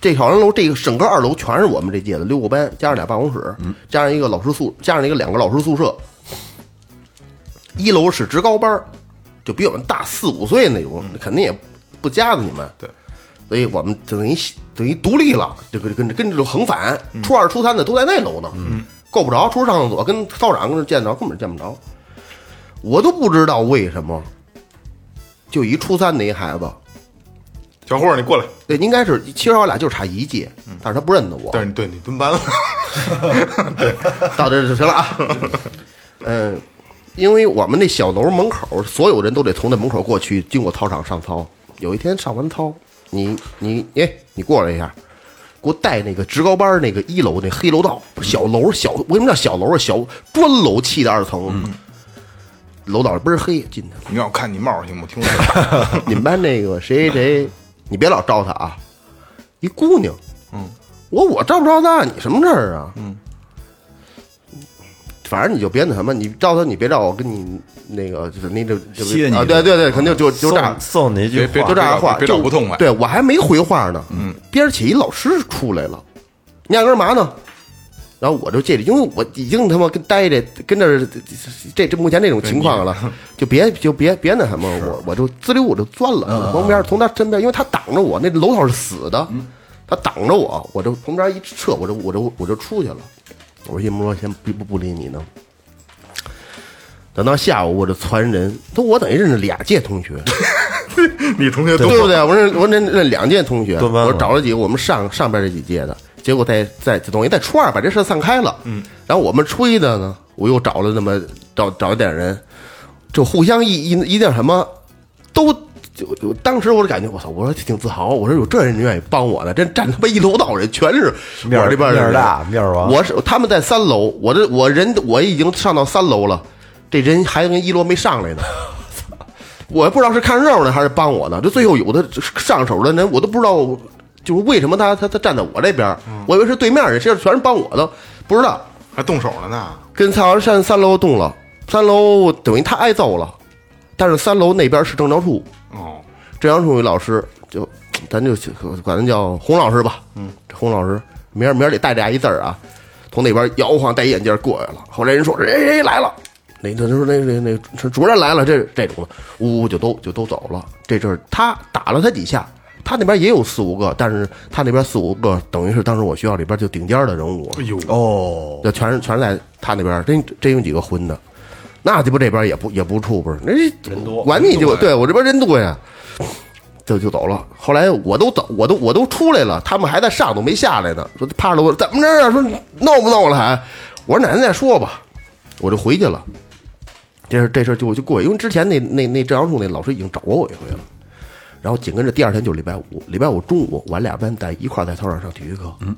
这小二层楼，这个整个二楼全是我们这届的六个班，加上俩办公室，加上一个老师宿，加上一个两个老师宿舍。一楼是职高班儿，就比我们大四五岁那种，肯定也不夹着你们。对，所以我们等于等于独立了，就跟跟跟这种横反，初二、初三的都在那楼呢，够不着，初上厕所跟操场跟这见着，根本见不着。我都不知道为什么，就一初三的一孩子，小伙儿，你过来。对，应该是其实我俩就差一届，但是他不认得我，但是对你蹲班了，到这儿就行了啊。嗯，因为我们那小楼门口，所有人都得从那门口过去，经过操场上操。有一天上完操，你你哎，你过来一下，给我带那个职高班那个一楼那黑楼道小楼小，为什么叫小楼啊？小砖楼砌的二层，楼道里倍儿黑，进去了。 *laughs* 你让我看你帽儿行吗？听我说， *laughs* 你们班那个谁谁谁，你别老招他啊，一姑娘，嗯，我我招不招他，你什么事儿啊？嗯，反正你就别那什么，你招他你别招我，跟你那个就是那就就歇你啊，对对对，肯定就就这样送，送你一句别话就这，样别话，别找就不痛快对我还没回话呢，嗯，边起一老师出来了，你俩干嘛呢？然后我就借着，因为我已经他妈跟待着跟这儿这这目前这种情况了，就别就别别那什么，我我就滋溜我就钻嗯了，我从旁边从他身边，因为他挡着我，那楼道是死的，嗯他挡着我，我就从边一撤，我就我就我就出去了。我心说先不不不理你呢。等到下午我就传人，都我等于认识俩届同学， *laughs* 你同学都对不啊对？我认我认认两届同学，蹲班我了找了几个我们上上边这几届的，结果在在等于在初二把这事儿散开了。嗯，然后我们初一的呢，我又找了那么找找了点人，就互相一一一点什么都。就就当时我就感觉我操，我说挺自豪，我说有这人愿意帮我呢，真站他妈一楼道人全是面儿我这边的面儿人大面儿王我是他们在三楼，我这我人我已经上到三楼了，这人还跟一楼没上来呢。我也不知道是看热闹呢还是帮我呢。这最后有的上手的人，我都不知道，就是为什么他他他站在我这边儿，嗯我以为是对面人，实际上全是帮我的，不知道。还动手了呢，跟蔡老师上三楼动了，三楼等于他挨揍了，但是三楼那边是政教处，哦，正阳处有一老师，就咱就管他叫洪老师吧。嗯，洪老师，明儿明儿得带这俩一字儿啊，从那边摇晃戴一眼镜儿过来了。后来人说谁谁来了，那他说那那那那主任来了，这这种的，呜呜就都就都走了。这阵儿他打了他几下。他那边也有四五个，但是他那边四五个等于是当时我学校里边就顶尖儿的人物，哎呦，哦，那全是全是在他那边儿，真真有几个混的，那鸡巴这边儿也不也不怵不是，那人多管你就对我这边人多呀，就就走了。后来我都走，我都我都出来了，他们还在上头没下来呢，说趴着我怎么着啊？说闹不闹了还？我说哪天再说吧，我就回去了。这事这事儿就就过去，因为之前那那那正阳处那老师已经找过我一回了。然后紧跟着第二天就是礼拜五，礼拜五中午我俩班在一块儿在操场上体育课，嗯，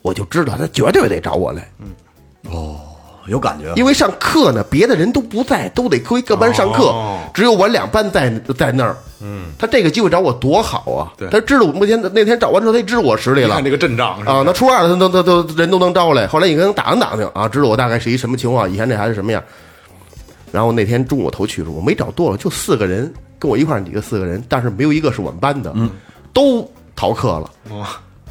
我就知道他绝对得找我来， *laughs* 有感觉啊，因为上课呢，别的人都不在，都得归各班上课，哦只有我俩班在在那儿。嗯，他这个机会找我多好啊！对他知道我目前那天找完之后，他也知道我实力你了看这个阵仗是吧啊。那初二他都都都人都能招来，后来你跟人打听打听啊，知道我大概是一什么情况，以前这孩子什么样。然后那天中午投去处，我没找多了，就四个人跟我一块儿几个四个人，但是没有一个是我们班的，嗯，都逃课了。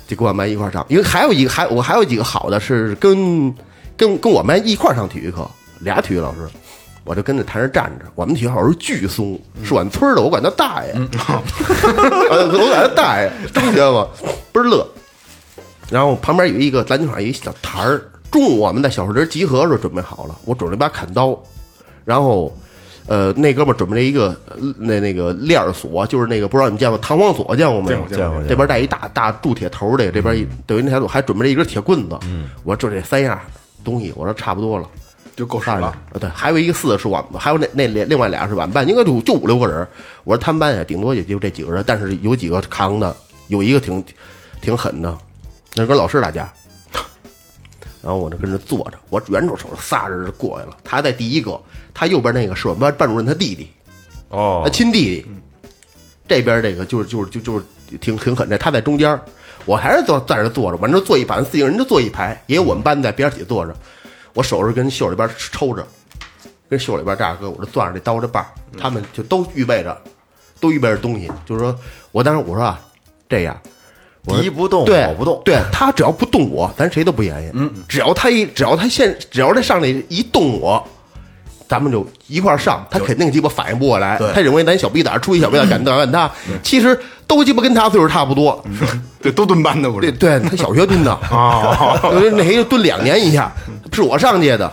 就跟我们班一块儿上，因为还有一个还我还有几个好的是跟跟跟我们班一块儿上体育课，俩体育老师，我就跟着台上站着。我们体育老师巨松，是我们村儿的，我管他大嗯爷， *laughs* 啊我管他 *laughs* 大爷，中学嘛，倍儿乐。然后旁边有一个篮球场，有一小台儿。中午我们在小树林集合的时候准备好了，我准备把砍刀，然后，呃，那哥们儿准备了一个呃那那个链儿锁，就是那个不知道你们见过弹簧锁见过没有？见过嗯这边带一大大铸铁头儿的，这边一等于那条锁还准备了一根铁棍子。嗯，我说就这三样东西，我说差不多了。就够使大人了。呃对，还有一个四是晚，还有那那另另外俩是晚班，应该就就五六个人。我说他们班也顶多也就这几个人，但是有几个扛的，有一个挺挺狠的，那跟老师打架。 *laughs* 然后我就跟着坐着，我远瞅瞅仨人就过来了，他在第一个，他右边那个是我们班班主任他弟弟，哦他，亲弟弟，这边这个就是就是就就是挺挺狠的，他在中间儿，我还是坐在这坐着，反正坐一排，四个人就坐一排，也有我们班在边儿起坐着，我手是跟袖里边抽着，跟袖里边这样跟我这攥着这刀这把儿，他们就都预备着，都预备着东西，就是说我当时我说啊，这样。我说敌不动对，我不动对他只要不动我，咱谁都不言语。嗯，只要他一只要他现只要他上来一动我，咱们就一块儿上，他肯定鸡巴反应不过来，他认为咱小逼崽儿出一小逼崽儿敢打敢他，其实都鸡巴跟他岁数差不多， *laughs* 对，都蹲班的嗯不对是？哦对，他小学蹲的啊，有的那谁就蹲两年一下，是我上届的，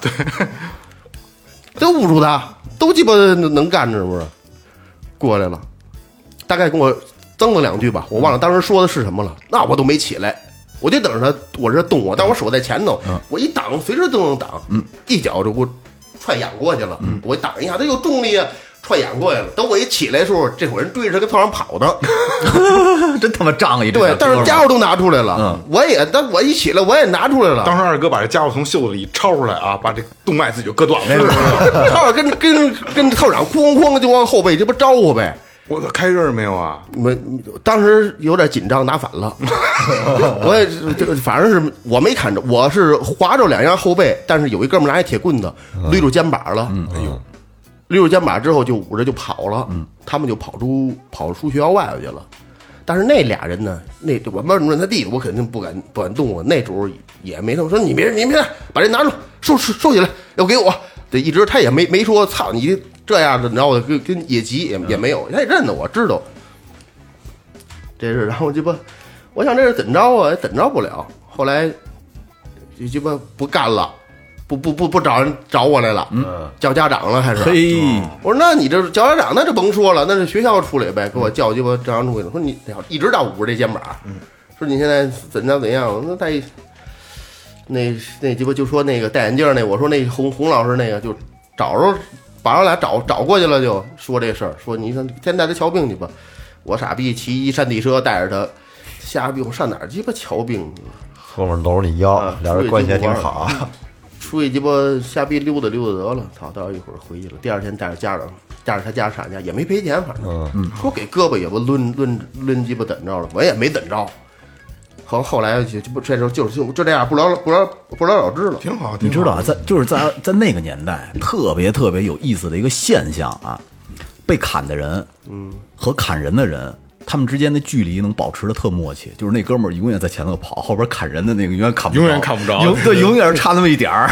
都侮辱他，都鸡巴能干这不是？过来了，大概跟我增了两句吧，我忘了当时说的是什么了，那我都没起来。我就等着他，我这动我，但我手在前头，嗯我一挡，随时都能挡，一脚就给我踹仰过去了，嗯我一挡一下，他有重力啊，踹仰过去了。等我一起来的时候，这伙人追着他跟操场跑呢，真他妈仗嗯 *laughs* 义。这对小，但哥们是儿家伙都拿出来了，嗯我也，但我一起来我也拿出来了，当时二哥把这家伙从袖子里抄出来啊，把这动脉自己就割断了。 *laughs* 操场跟跟跟操场哐哐就往后背，这不招呼呗。我操，开刃没有啊？没，当时有点紧张，拿反了。 *laughs* 我也是这，反正是我没砍着，我是划着两下后背，但是有一哥们拿一铁棍子捋住肩膀了。嗯哎呦，嗯捋住肩膀之后就捂着就跑了。他们就跑出跑出学校外头去了。但是那俩人呢，那我们班主任他弟弟，我肯定不敢不敢动啊。那时候也没什么说你别你别把这拿住，收收收起来，要给我。这一直他也没没说操你这样的，你知道吗？跟跟野鸡也也没有，他也认得我知道。这是，然后鸡巴，我想这是怎么着啊？也怎么着不了。后来就鸡巴不干了，不不不不找人找我来了，嗯，叫家长了还是？嘿，我说那你这叫家长，那就甭说了，那是学校处理呗，给我叫鸡巴家长处理了。说你一直到捂着这肩膀，说你现在怎样怎样？我说戴那那鸡巴就说那个戴眼镜那，我说那洪洪老师那个就找着把我俩找找过去了就，说这事儿，说你先先带他瞧病去吧。我傻逼骑一山地车带着他，瞎逼我上哪儿鸡巴瞧病去？哥们儿搂着你腰啊，俩人关系还挺好啊。出去鸡巴瞎逼溜达溜达得了，操！到时候一会儿回去了。第二天带着家长，带着他家产家也没赔钱，反嗯正、说给胳膊也不抡抡抡鸡巴怎着了，我也没怎着。后后来就就不这时候就就就这样不了不了不了了之了。挺好，你挺好知道啊，在就是在在那个年代，特别特别有意思的一个现象啊，被砍的人，嗯，和砍人的人，他们之间的距离能保持的特默契，就是那哥们儿永远在前头跑，后边砍人的那个永远砍不着永远砍不着永对，永远差那么一点儿。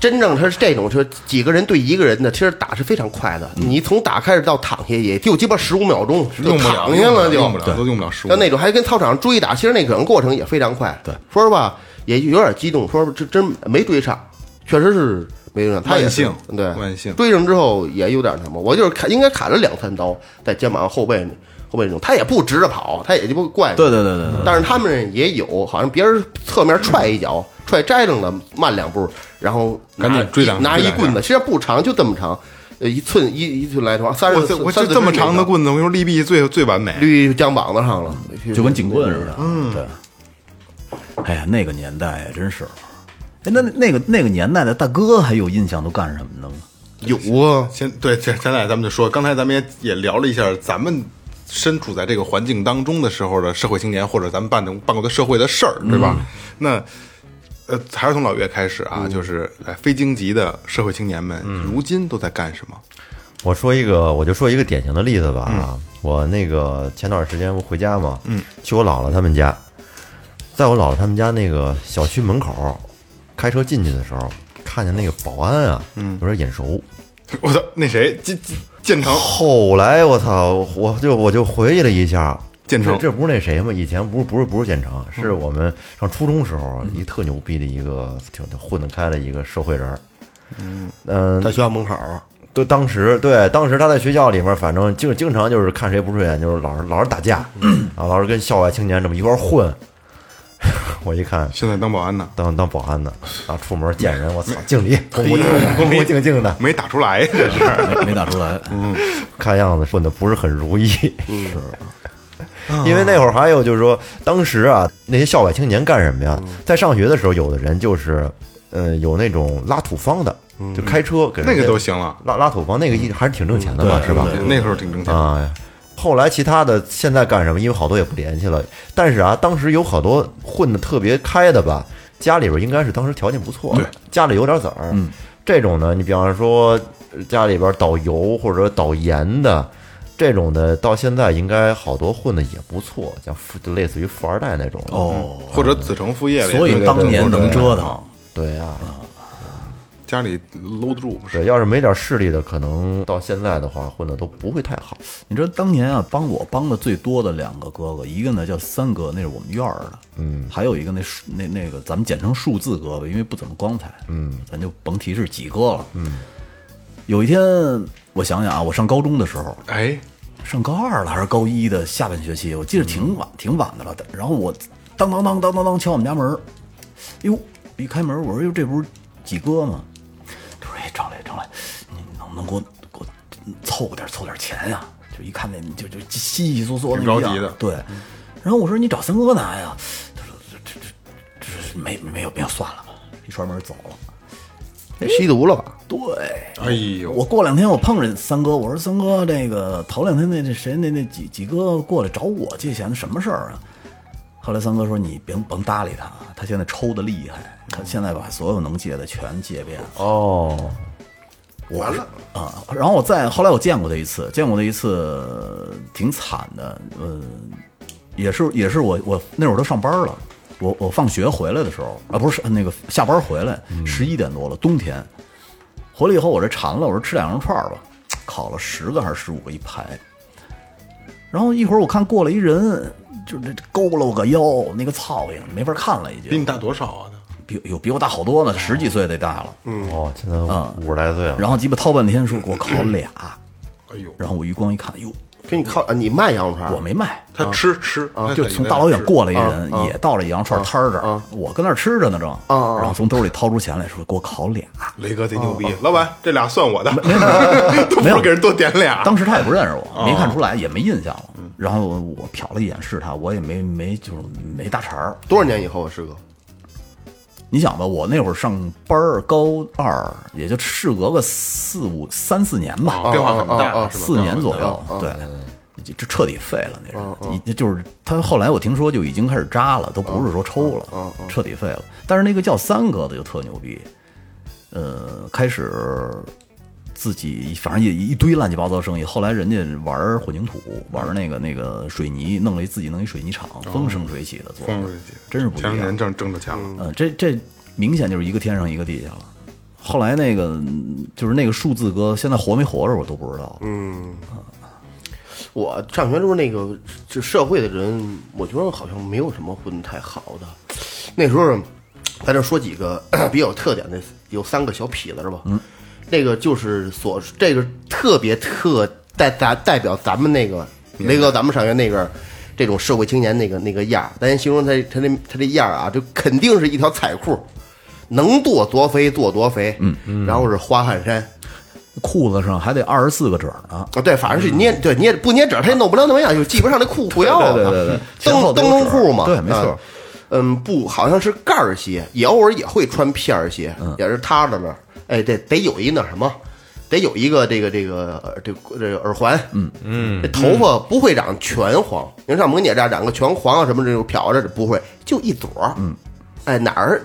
真正他是这种，就是几个人对一个人的，其实打是非常快的。你从打开始到躺下，也就鸡巴十五秒钟嗯就用不了，躺下了就用不了，都用不了十五像。那种还跟操场追打，其实那可能过程也非常快。对，说实话也有点激动，说这真没追上，确实是没追上。他也是万幸对，万幸追上之后也有点什么，我就是砍，应该砍了两三刀在肩膀后背后背那种，他也不直着跑，他也就不怪。对对对对对，但是他们也有，好像别人侧面踹一脚，踹摘着了，慢两步，然后拿赶紧追两拿追一两下棍子，其实不长，就这么长，呃，一寸一一寸来长，三我十这我三这四这么十厘米长的长棍子，我跟你说利弊最最完美。绿江膀子上了，就跟警棍似的。嗯，对。哎呀，那个年代真是，哎，那那个那个年代的大哥还有印象都干什么呢吗？有啊，先对，这现在咱们就说，刚才咱们也也聊了一下咱们。身处在这个环境当中的时候的社会青年，或者咱们办的办过的社会的事儿，对吧？嗯那呃，还是从老岳开始啊，就是哎，非京籍的社会青年们，嗯如今都在干什么？ *laughs* 我说一个，我就说一个典型的例子吧啊，我那个前段时间不回家嘛，嗯，去我姥姥他们家，在我姥姥他们家那个小区门口，开车进去的时候，看见那个保安啊，嗯，有点眼熟。我操，那谁建建建成后来我操，我就我就回忆了一下，建成这这不是那谁吗？以前不是不是不是建成，是我们上初中时候一特牛逼的一个挺挺混得开的一个社会人儿。嗯，在学校门口，对，当时对，当时他在学校里面，反正经经常就是看谁不顺眼，就是老是老是打架， *clears throat* 啊，老是跟校外青年这么一块儿混。 *laughs* 我一看，现在当保安呢，当当保安的，啊，出门见人，我操，敬礼，恭恭敬敬恭恭敬敬的，没打出来，这是。没没打出 *laughs* 来。看样子混的不是很如意，是。因为那会儿还有就是说，当时啊，那些校外青年干什么呀？在上学的时候，有的人就是，呃，有那种拉土方的，就开车给人 *laughs* 那个家都行了，拉拉土方，那个一还是挺挣钱的嘛，是吧？那时候挺挣钱。啊。后来其他的现在干什么？因为好多也不联系了。但是啊，当时有好多混的特别开的吧，家里边应该是当时条件不错，家里有点子儿。嗯，这种呢，你比方说呃家里边导游或者导盐的这种的，到现在应该好多混的也不错，像富就类似于富二代那种。，哦，或者子承父业了，所以当年能折腾，对呀、家里搂得住，不是对，要是没点势力的，可能到现在的话混的都不会太好。你知道当年啊，帮我帮的最多的两个哥哥，一个呢叫三哥，那是我们院儿的，嗯，还有一个那数那那个咱们简称数字哥吧，因为不怎么光彩，嗯，咱就甭提是几哥了，嗯。有一天我想想啊，我上高中的时候，哎，上高二了还是高一的下半学期，我记得挺晚挺晚的了。然后我当当当当当当敲我们家门儿，哟，一开门我说哟，这不是几哥吗？他说哎，张磊张磊，你能不能给我给我凑点凑点钱呀、就一看那就就稀稀嗦嗦的挺着急那样的对。然后我说你找三哥拿呀，他说这这这这没没有没有算了，一摔门走了。吸毒了吧？对，哎呦，我过两天我碰着三哥，我说三哥，这个头两天那那谁那那几几哥过来找我借钱，什么事儿啊？后来三哥说你别甭搭理他，啊他现在抽的厉害，他现在把所有能借的全借遍了哦，完了，啊。然后我再后来我见过他一次，见过他一次挺惨的，呃，也是也是我我那会儿都上班了，我我放学回来的时候啊，不是那个下班回来嗯十一点多了，冬天回来以后我这馋了，我说吃两羊肉串儿吧，烤了十个还是十五个一排。然后一会儿我看过来一人，就这佝偻个腰，那个操性没法看了，已嗯比你经大多少啊？比有比我大好多呢，十几岁得大了。嗯哦，现在五十来岁了。然后鸡巴掏半天说给我烤俩，哎呦，然后我余光一看，哟，给你靠啊，你卖羊肉串我儿，没卖，他吃吃，他啊就在从那大老远吃过来一人，也到了一羊串摊儿这儿，我跟那儿吃着呢正，啊然后从兜里掏出钱来说给我烤俩，雷哥贼牛啊逼，老板这俩算我的， *laughs* 都不没是有给人多点俩。当时他也不认识啊我，没看出来，也没印象了。嗯然后我瞟了一眼是他，我也没没就是没搭茬儿。多少年以后啊，师哥？你想吧，我那会儿上班儿高二，也就事隔个四五三四年吧，变化很大，啊啊啊是吧四年左右，啊对，嗯这这彻底废了。那人，你就是他后来我听说就已经开始扎了，都不是说抽啊了，彻底废了。但是那个叫三哥的就特牛逼，呃，开始自己反正也一堆乱七八糟生意。后来人家玩混凝土，玩那个那个水泥，弄了一自己弄一水泥厂，风生水起的做，风生水起真是不一前两样年。挣挣着钱了，嗯，这这明显就是一个天上一个地下了。后来那个嗯就是那个数字哥，现在活没活着我都不知道。嗯，我上学时候那个这社会的人，我觉得好像没有什么混得太好的。那时候，在这说几个 *coughs* 比较有特点的，有三个小痞子是吧？嗯，那个就是所这个特别特代代代表咱们那个雷哥，咱们上学那个这种社会青年那个那个样儿，咱先形容他他那他这样儿啊，就肯定是一条彩裤，能做多肥做多肥，嗯嗯，然后是花汗衫。裤子上还得二十四个褶儿呢。啊，对，反正是捏，对捏不捏褶儿，他也弄不了那么样，就系不上那裤裤腰啊。对对对对前灯后都灯有笼褶儿裤嘛。对没错啊。嗯，不，好像是盖儿鞋，也偶尔也会穿片儿鞋，嗯也是塌着那儿。哎，得得有一那什么，得有一个这个这个呃这个这个耳环。嗯嗯，这头发不会长全黄，你像萌姐这样染个全黄啊什么这种漂着的不会，就一撮儿。嗯，哎哪儿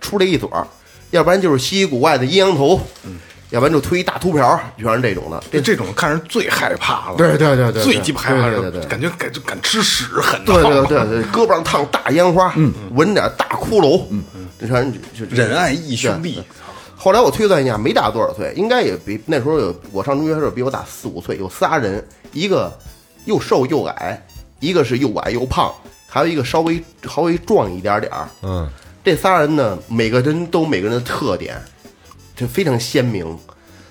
出来一撮儿，要不然就是稀奇古怪的阴阳头，嗯，要不然就推一大秃瓢儿，全是这种的。这这种看人最害怕了，对对对对对最鸡巴害怕对对了，对对感觉敢就敢吃屎，狠的对对对对， *laughs* 胳膊上烫大烟花，嗯，纹点大骷髅，嗯，这全就就仁爱义兄弟对后来我推算一下，没大多少岁，应该也比那时候有我上中学的时候比我大四五岁，有仨人，一个又瘦又矮，一个是又矮又胖，还有一个稍微稍微壮一点点儿。嗯，这仨人呢，每个人都有每个人的特点，这非常鲜明。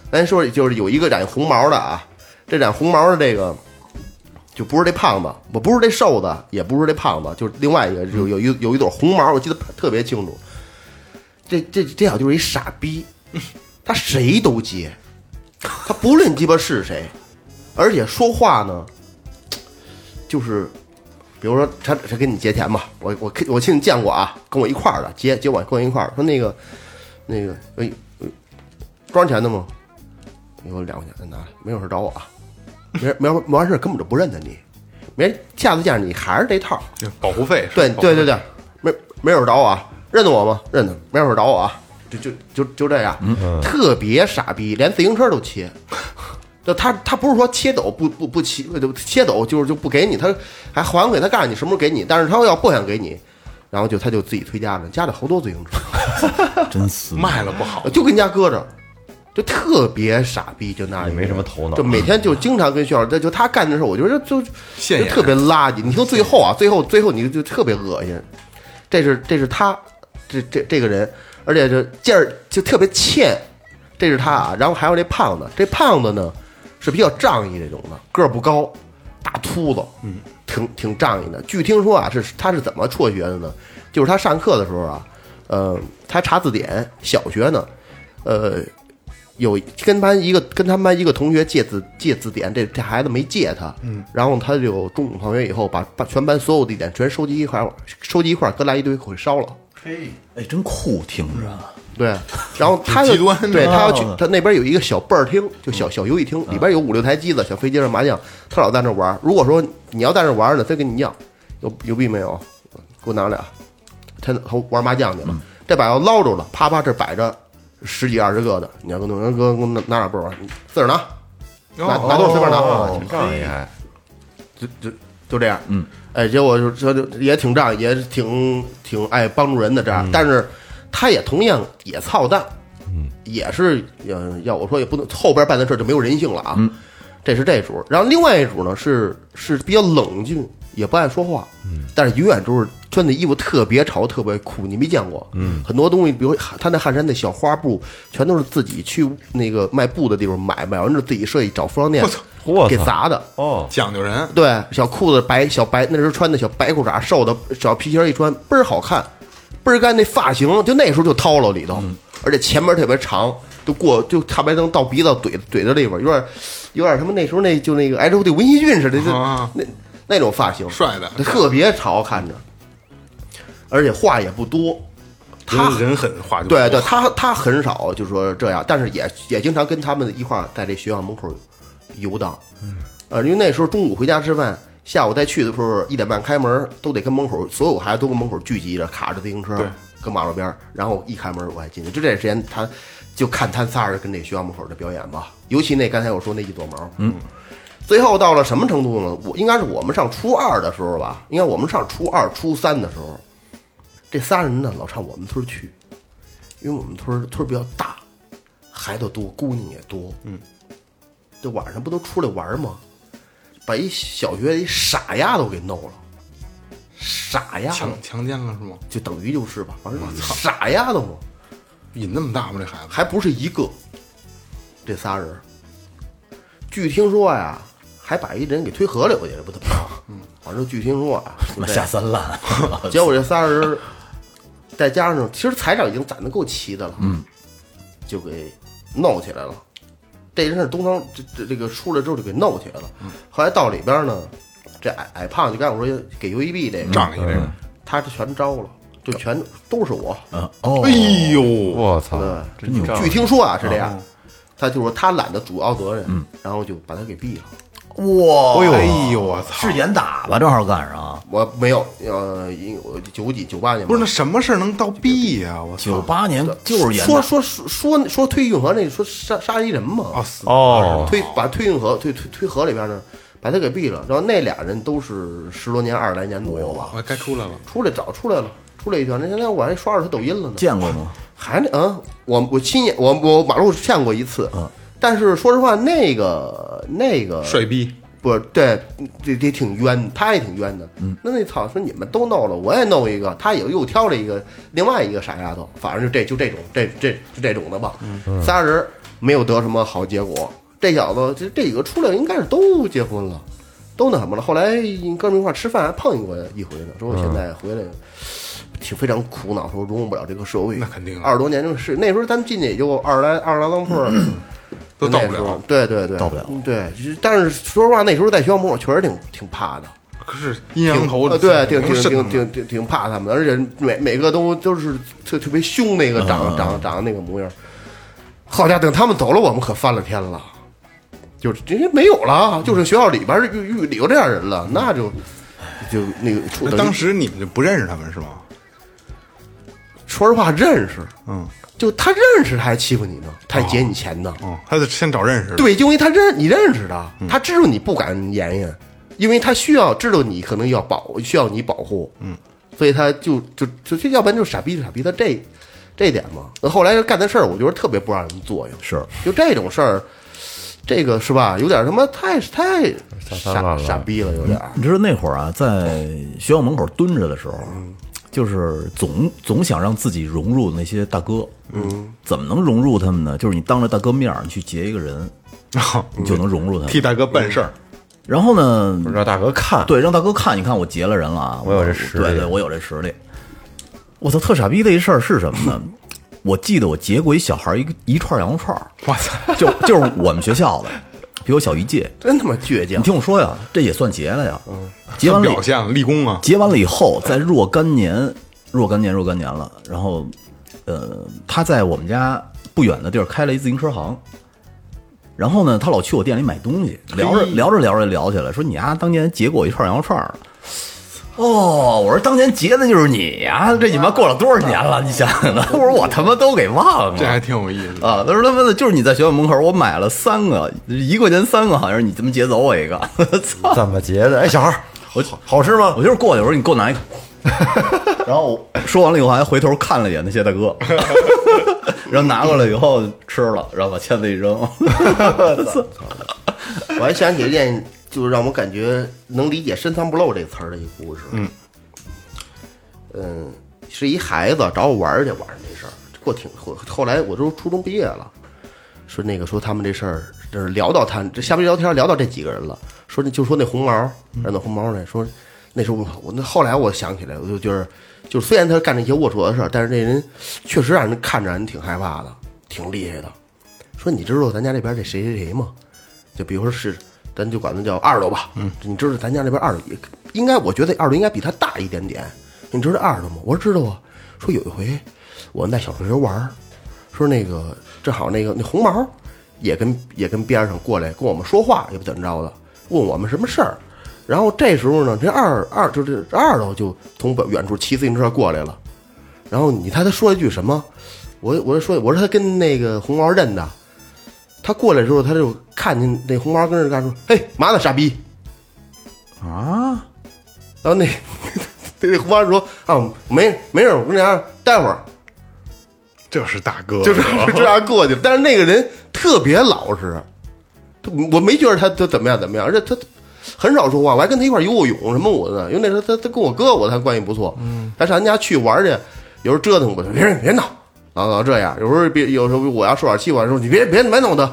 咱说就是有一个染红毛的啊，这染红毛的这个就不是这胖子，我不是这瘦子，也不是这胖子，就是另外一个有有一有一朵红毛，我记得特别清楚。这这这小子就是一傻逼，他谁都接，他不论鸡巴是谁，而且说话呢，就是比如说他他跟你借钱吧，我我我亲见过啊，跟我一块儿的接接我跟我一块儿说那个那个哎哎多少钱的吗？给我两块钱，拿来，没有事找我啊，没事没事没完事儿根本就不认得你，没下次见着你还是这套儿，保护费，对是吧对对对，没没有找我啊，认得我吗？认得，没有找我啊，就就就就这样，嗯特别傻逼，连自行车都 *laughs* 切。就他他不是说切走不不不切就切走就是就不给你，他还还给他告诉你什么时候给你，但是他要不想给你，然后就他就自己推家了，家里好多自行车。 *laughs* 真死卖了不好，呃就跟家搁着，就特别傻逼，就那也没什么头脑 *laughs* 就每天就经常跟学校，这就他干的事儿，我觉得就现就眼特别垃圾。你听最后啊，最后最后你就特别恶心，这是这是他这这这个人，而且这劲儿就特别欠，这是他啊。然后还有这胖子，这胖子呢是比较仗义这种的，个儿不高，大秃子，嗯，挺挺仗义的。据听说啊，是他是怎么辍学的呢？就是他上课的时候啊，呃，他查字典，小学呢，呃，有跟班一个跟他们班一个同学借字借字典，这这孩子没借他，嗯，然后他就中午放学以后把把全班所有地点全收集一块儿，收集一块儿搁垃圾堆给烧了。哎，真酷，听着。对，然后他就极端的对他要去哦啊，他那边有一个小倍儿厅，就小小游戏厅，里边有五六台机子，小飞机上麻将，他老在那玩儿。如果说你要在那玩儿呢，他跟你要，有有币没有？给我拿俩。他他玩麻将去嗯了，这把要捞着了，啪啪这摆着十几二十个的，你要跟我哥给我拿拿点倍儿玩，你自个儿拿，拿拿多少随便拿。啊哦，仗义还就就就这样，嗯，哎，结果就就就也挺仗义，也挺挺爱帮助人的这样，但是他也同样也操蛋，嗯，也是呃，要我说也不能后边办的事儿就没有人性了啊，嗯，这是这主，然后另外一主呢是是比较冷静，也不爱说话，嗯，但是永远都是穿的衣服特别潮，特别酷，你没见过，嗯，很多东西，比如他那汗衫那小花布，全都是自己去那个卖布的地方买，买完之后自己设计找服装店我操我操给砸的，哦，讲究人，对，小裤子白小白，那时候穿的小白裤衩，瘦的小皮鞋一穿倍儿好看，倍儿干。那发型就那时候就掏了里头，嗯而且前面特别长，就过就大白灯到鼻子怼怼到这边，有点有点什么那时候那就那个 H O D 文熙俊似的，就、啊那那种发型，帅的嗯特别潮看着，而且话也不多。他人人狠话就对对，多他他很少就说这样，但是也也经常跟他们一块儿在这学校门口游荡。嗯呃，因为那时候中午回家吃饭，下午再去的时候一点半开门，都得跟门口所有孩子都跟门口聚集着，卡着自行车对，跟马路边儿，然后一开门我还进去。就这段时间，他就看他仨人跟这学校门口的表演吧，尤其那刚才我说那一撮毛，嗯。最后到了什么程度呢？我应该是我们上初二的时候吧，应该我们上初二、初三的时候，这仨人呢老上我们村儿去，因为我们村儿村儿比较大，孩子多，姑娘也多，嗯，这晚上不都出来玩儿吗？把一小学一傻丫头给弄了，傻丫头强强奸啊了是吗？就等于就是吧，反正傻丫头嘛，瘾那么大吗？这孩子还不是一个，这仨人儿，据听说呀，还把一人给推河里头去了，不怎么着，嗯，反正据听说啊，就那这下样三滥，啊结果这仨人儿，再加上其实财长已经攒的够齐的了，嗯，就给闹起来了。这件事儿东方这这这个出来之后就给弄起来了。后来到里边呢，这矮矮胖就刚才我说给 U E B 这个仗义这个，他这全招了，就全都是我。哦，哎呦，我操，真牛据听说啊是这样，他就说他揽的主要责任，然后就把他给毙了。哇！哎呦，哎呦，我操！是严打吧？正好赶上啊我没有，呃，因我九几九八年吧不是那什么事儿能到 B 呀？我九操！八年就是严说打，说说说说推运河那说杀杀一人嘛，啊死哦，推把推运河推推推河里边呢，把他给毙了。然后那俩人都是十多年、二十来年左右吧，我该出来了。出来早出来了，出来一段。那现在我还刷着他抖音了呢，见过吗？还那啊，我我亲眼我我马路见过一次，但是说实话，那个那个帅逼，不对，这这挺冤，他也挺冤的。嗯，那那操，说你们都弄了，我也弄一个，他也又挑了一个另外一个傻丫头，反正就这就这种这这就这种的吧。嗯仨人没有得什么好结果，这小子这这几个出来应该是都结婚了，都那什么了。后来哥们一块儿吃饭还碰见过一回呢，说我现在回来。挺非常苦恼，说融入不了这个社会，那肯定啊二十多年就是那时候咱们进去也就二十来二十来张破，都到不那时候了。对对对，到不了嗯。对，就是但是说实话，那时候在学校门口确实挺挺怕的，可是阴阳挺头呃，对，挺挺挺挺挺挺挺怕他们的，而且每每个都都是特特别凶，那个嗯长长长得那个模样。好家伙，等他们走了，我们可翻了天了，就是这些没有了，就是学校里边儿遇遇有这样人了，那就就那个处那等于当时你们就不认识他们是哦吗？说实话认识，嗯，就他认识他还欺负你呢，他还劫你钱呢，嗯，他得先找认识的。对，就因为他认你认识他，他知道你不敢言言，因为他需要知道你可能要保需要你保护，嗯，所以他就就就就要不然就傻逼就傻逼他这这一点嘛。那后来干的事儿，我觉得特别不让人作用，是就这种事儿，这个是吧？有点他妈太太三滥傻了傻逼了，有点儿。你知道那会儿啊，在学校门口蹲着的时候，就是总总想让自己融入那些大哥，嗯，怎么能融入他们呢？就是你当着大哥面儿，你去劫一个人，你就能融入他替们。大哥办事儿，嗯然后呢，让大哥看，对，让大哥看，你看我劫了人了啊！我有这实力对对，我有这实力。我操，特傻逼的一事儿是什么呢？我记得我劫过一小孩儿一个一串羊肉串儿，我操！就就是我们学校的，比我小一届。真他妈倔强你！听我说呀，这也算劫了呀。嗯劫算完了以表现了立功啊！结完了以后，在若干年、若干年、若干年了，然后，呃，他在我们家不远的地儿开了一自行车行。然后呢，他老去我店里买东西，聊着聊着聊着聊起来，说你丫、当年结过我一串羊肉串儿。哦，我说当年结的就是你呀、这你妈过了多少年了？你想想呢？我 *laughs* 说我他妈都给嗯忘了。这还挺有意思的。啊，他说他妈的就是你在学校门口，我买了三个，一块钱三个，好像是你他妈劫走我一个。 *laughs* 操！怎么结的？哎，小孩儿，我好吃吗？我就是过去，我说你给我拿一个。然后我说完了以后，还回头看了一眼那些大哥， *laughs* 然后拿过来以后吃了，然后把签子一扔。 *laughs* 我还想起一件，就是让我感觉能理解“深藏不露”这词儿的一个故事。嗯，嗯，是一孩子找我玩儿去，晚上这事儿过挺后后来我都初中毕业了，说那个说他们这事儿，就是聊到他这瞎逼聊天聊到这几个人了，说那就说那红毛，让那红毛呢说那时候我我那后来我想起来，我就觉得就是虽然他干这些龌龊的事儿，但是这人确实让人看着让人挺害怕的，挺厉害的。说你知道咱家这边这谁谁谁吗？就比如说是，咱就管他叫二楼吧。嗯，你知道咱家这边二楼也应该，我觉得二楼应该比他大一点点。你知道二楼吗？我说知道啊。说有一回我们在小石球玩儿，说那个正好那个那红毛也跟也跟边上过来跟我们说话，也不怎么着的，问我们什么事儿。然后这时候呢，这二二就是这二楼就从远处骑自行车过来了。然后你猜他说了一句什么？我我就说我说他跟那个红毛认的，他过来之后，他就看见那红毛跟那干说：“嘿，嘛呢，傻逼啊！！”然后那 *laughs* 那红毛说：“啊，没没事，我跟你讲，待会儿这是大哥，嗯就是这样过去。”但是那个人特别老实，他我没觉得他他怎么样怎么样，而且他很少说话。我还跟他一块儿游过泳什么我的，因为那时候他他跟我哥我他关系不错，他上咱家去玩去，有时候折腾我，别人别闹，老老这样。有时候别有时候我要受点气，我说你别别别弄他。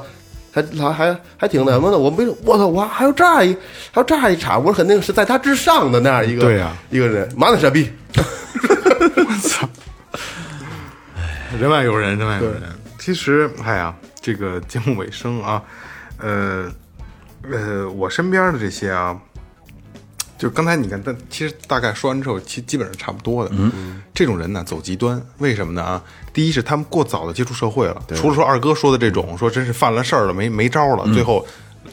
还还还还挺那什么的，我没我操，我还有这样一还有这样一茬，我肯定是在他之上的那样一个对呀一个人，妈的傻逼， *laughs* 人外有人，人外有人。其实，哎呀，这个节目尾声啊，呃，呃，我身边的这些啊，就是刚才你看，但其实大概说完之后，其基本上差不多的。嗯，这种人呢，走极端，为什么呢？啊，第一是他们过早的接触社会了，除了说二哥说的这种，说真是犯了事儿了，没没招了，最后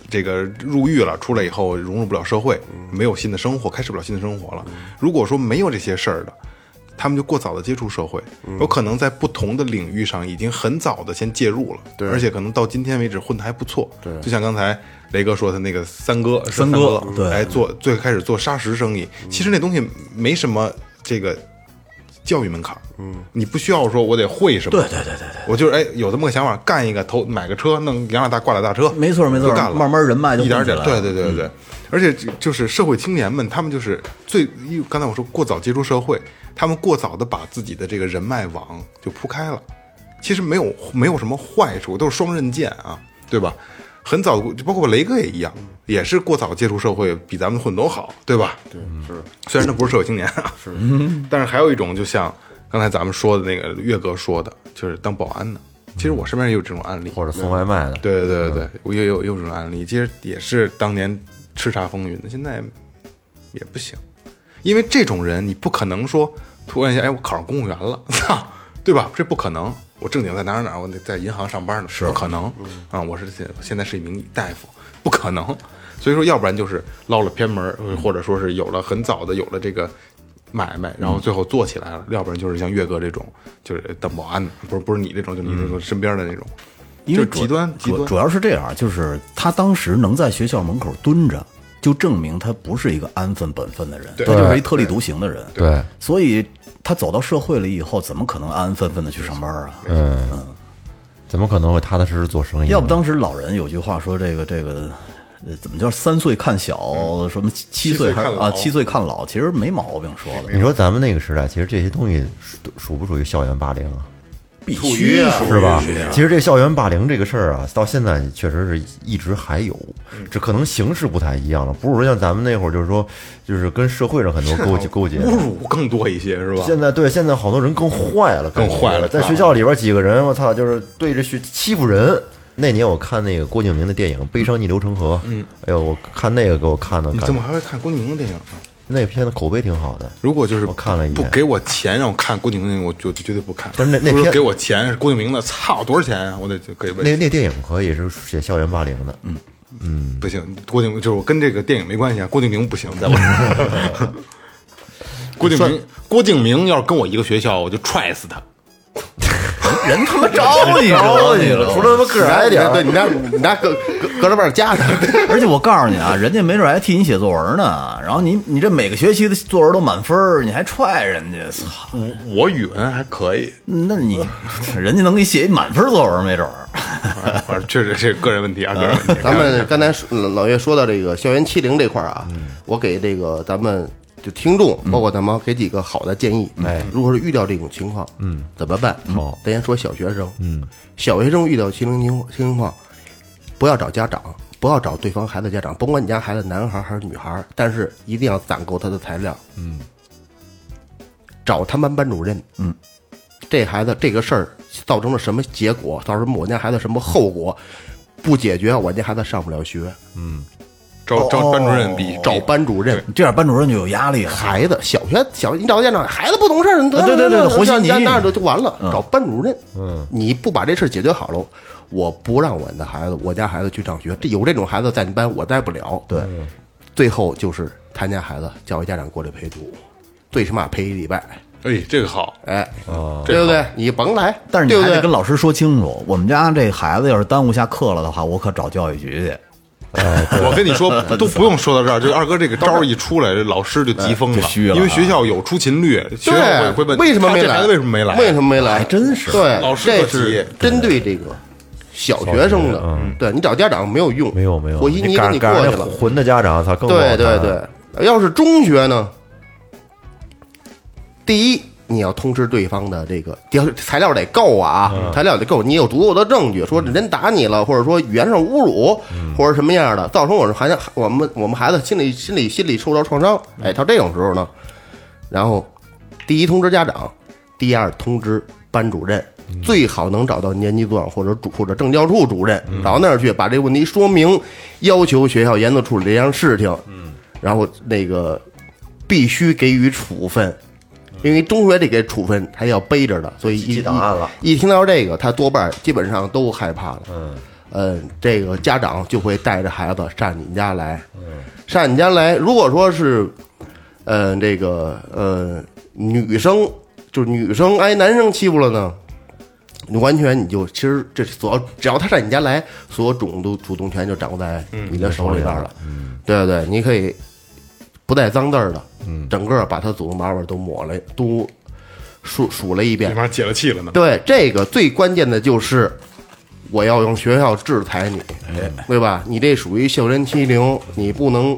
这个入狱了，出来以后融入不了社会，没有新的生活，开始不了新的生活了。如果说没有这些事儿的，他们就过早的接触社会，有可能在不同的领域上已经很早的先介入了，对，而且可能到今天为止混的还不错，对，就像刚才雷哥说的那个三哥，是三三哥对哎，做最开始做砂石生意，其实那东西没什么这个教育门槛，嗯，你不需要说我得会什么， *laughs* 对对对对对，我就是哎有这么个想法，干一个投买个车，弄养俩大挂俩大车，没错没错就干了，慢慢人脉就一点混起点，来对了对对对对。而且就就是社会青年们，他们就是最，因为刚才我说过早接触社会，他们过早的把自己的这个人脉网就铺开了，其实没有没有什么坏处，都是双刃剑啊，对吧？很早，就包括雷哥也一样，也是过早接触社会，比咱们混都好，对吧？对，是。虽然他不是社会青年啊，是，但是还有一种，就像刚才咱们说的那个岳哥说的，就是当保安的。其实我身边也有这种案例，或者送外卖的，对对对对，我也有也有这种案例，其实也是当年叱咤风云的，现在也不行，因为这种人你不可能说突然一下，哎，我考上公务员了， *laughs* 操，对吧？这不可能。我正经在哪儿哪儿，我得在银行上班呢，不可能啊！我是现现在是一名大夫，不可能。所以说，要不然就是捞了偏门儿，或者说是有了很早的有了这个买卖，然后最后做起来了；要不然就是像岳哥这种，就是当保安的，不是不是你这种，就你这种身边的那种。因为就主极端极主端主要是这样，就是他当时能在学校门口蹲着，就证明他不是一个安分本分的人，他就是一特立独行的人。对，所以他走到社会了以后，怎么可能安安分分的去上班啊？嗯怎么可能会踏踏实实做生意呢？要不当时老人有句话说这个这个。呃，怎么叫三岁看小，什么七七岁岁还看啊老七岁看老，其实没毛病说的，你说咱们那个时代，其实这些东西属属不属于校园霸凌啊？必须啊，是吧？其实这校园霸凌这个事儿啊，到现在确实是一直还有，嗯只可能形式不太一样了，不是像咱们那会儿就是说，就是跟社会上很啊多勾结勾结。侮辱更多一些，是吧？现在对，现在好多人更坏了，更坏了在学校里边几个人，我操，就是对着学欺负人。那年我看那个郭敬明的电影《悲伤逆流成河》，嗯，哎呦，我看那个给我看的，你感怎么还会看郭敬明的电影啊呢？那个片子口碑挺好的。如果就是我看了一眼不给我钱让我看郭敬明的电影，我就绝对不看。但是那那如果片给我钱是郭敬明的，操，多少钱啊？我得就给那问。那电影可以是写校园霸凌的，嗯，不行，郭敬明就是我跟这个电影没关系啊，郭敬明不行，在我 *laughs* 这儿。郭敬明，郭敬明要是跟我一个学校，我就踹死他。人他妈招 *laughs* 你招招你你了，除 *laughs* 了他妈个儿矮点儿，对你那，你那搁搁搁这边加他，而且我告诉你啊，人家没准还替你写作文呢。然后你你这每个学期的作文都满分儿，你还踹人家，操！我我语文还可以，那 *laughs* 你人家能给你写一满分作文，没准儿。 *laughs* 反正确实是个人问题啊，个人 *laughs* 哦问题。咱们刚才说老岳说到这个校园欺凌这块儿啊，我给这个咱们就听众，包括咱们给几个好的建议。嗯哎，如果是遇到这种情况，嗯，怎么办？好，咱先说小学生，嗯，小学生遇到欺凌情情况，不要找家长，不要找对方孩子家长，甭管你家孩子男孩还是女孩，但是一定要攒够他的材料，嗯，找他们班主任，嗯，这孩子这个事儿造成了什么结果，造成我家孩子什么后果，不解决，我家孩子上不了哦学，招招班主任比找班主任。这样班主任就有压力了。孩子小学小，你找家长，孩子不懂事儿，你得啊对对对得和稀泥那那就就完了。找班主任，嗯，你不把这事儿解决好了，我不让我的孩子，我家孩子去上学。这有这种孩子在你班，我带不了。对，最后就是他家孩子叫一家长过来陪读，最起码陪一礼拜，哎，这个好，哎，对不对？你甭来，哦但是对你不还得对跟？老师说清楚，我们家这孩子要是耽误下课了的话，我可找教育局去。 *laughs* 我跟你 *laughs* 说，都不用说到这儿，就二哥这个招儿一出来，这老师就急疯 *laughs* 就了，虚了啊因为学校有出勤率，学校会会对，问为什么他没这孩来？子为什么没来？哎为什么没来？还真是对，老师这可急是针对这个小学生的，对你找家长没有用，嗯没有没有，和稀泥赶上给你过赶上去那了。混的家长，操，更不好对对看，对，要是中学呢，第一你要通知对方的这个材料得够啊，嗯材料得够，你有足够的证据，说人打你了，或者说语言上侮辱，嗯或者什么样的，造成我们孩子我们我们孩子心理心理心理受到创伤。哎，到这种时候呢，然后第一通知家长，第二通知班主任，最好能找到年级组长或者主或者政教处主任，到那儿去把这个问题说明，要求学校严肃处理这样事情。嗯，然后那个必须给予处分，因为中学得给处分，他要背着的，所以一记档案了一一听到这个，他多半基本上都害怕了。嗯，呃，这个家长就会带着孩子上你们家来。嗯，上你家来，如果说是，呃，这个呃，女生就是女生挨男生欺负了呢，你完全你就其实这所有只要他上你家来，所有种族主动权就掌握在你的手里边了。嗯，对对，你可以不带脏字儿的，嗯，整个把他祖宗八辈儿都抹了，都数数了一你遍。妈解了气了呢。对，这个最关键的就是我要用学校制裁你，对吧？你这属于校园欺凌，你不能。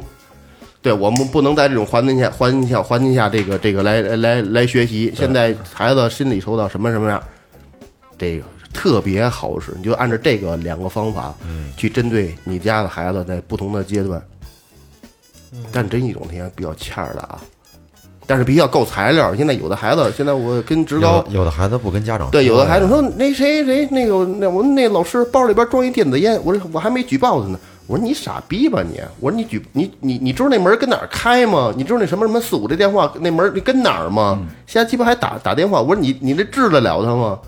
对我们不能在这种环境下、环境下、环境下这个这个来来来来学习。现在孩子心理受到什么什么样，这个特别好使。你就按照这个两个方法，去针对你家的孩子在不同的阶段。但真一种天比较欠儿的啊，但是必须要够材料。现在有的孩子，现在我跟职高有有的孩子不跟家长对，有的孩子啊哎说呀说那谁谁那个那我那老师包里边装一电子烟，我说我还没举报他呢。我说你傻逼吧你！我说你举你你你知道那门跟哪儿开吗？你知道那什么什么四五这电话那门你跟哪儿吗？瞎鸡巴还打打电话！我说你你这治得了他吗？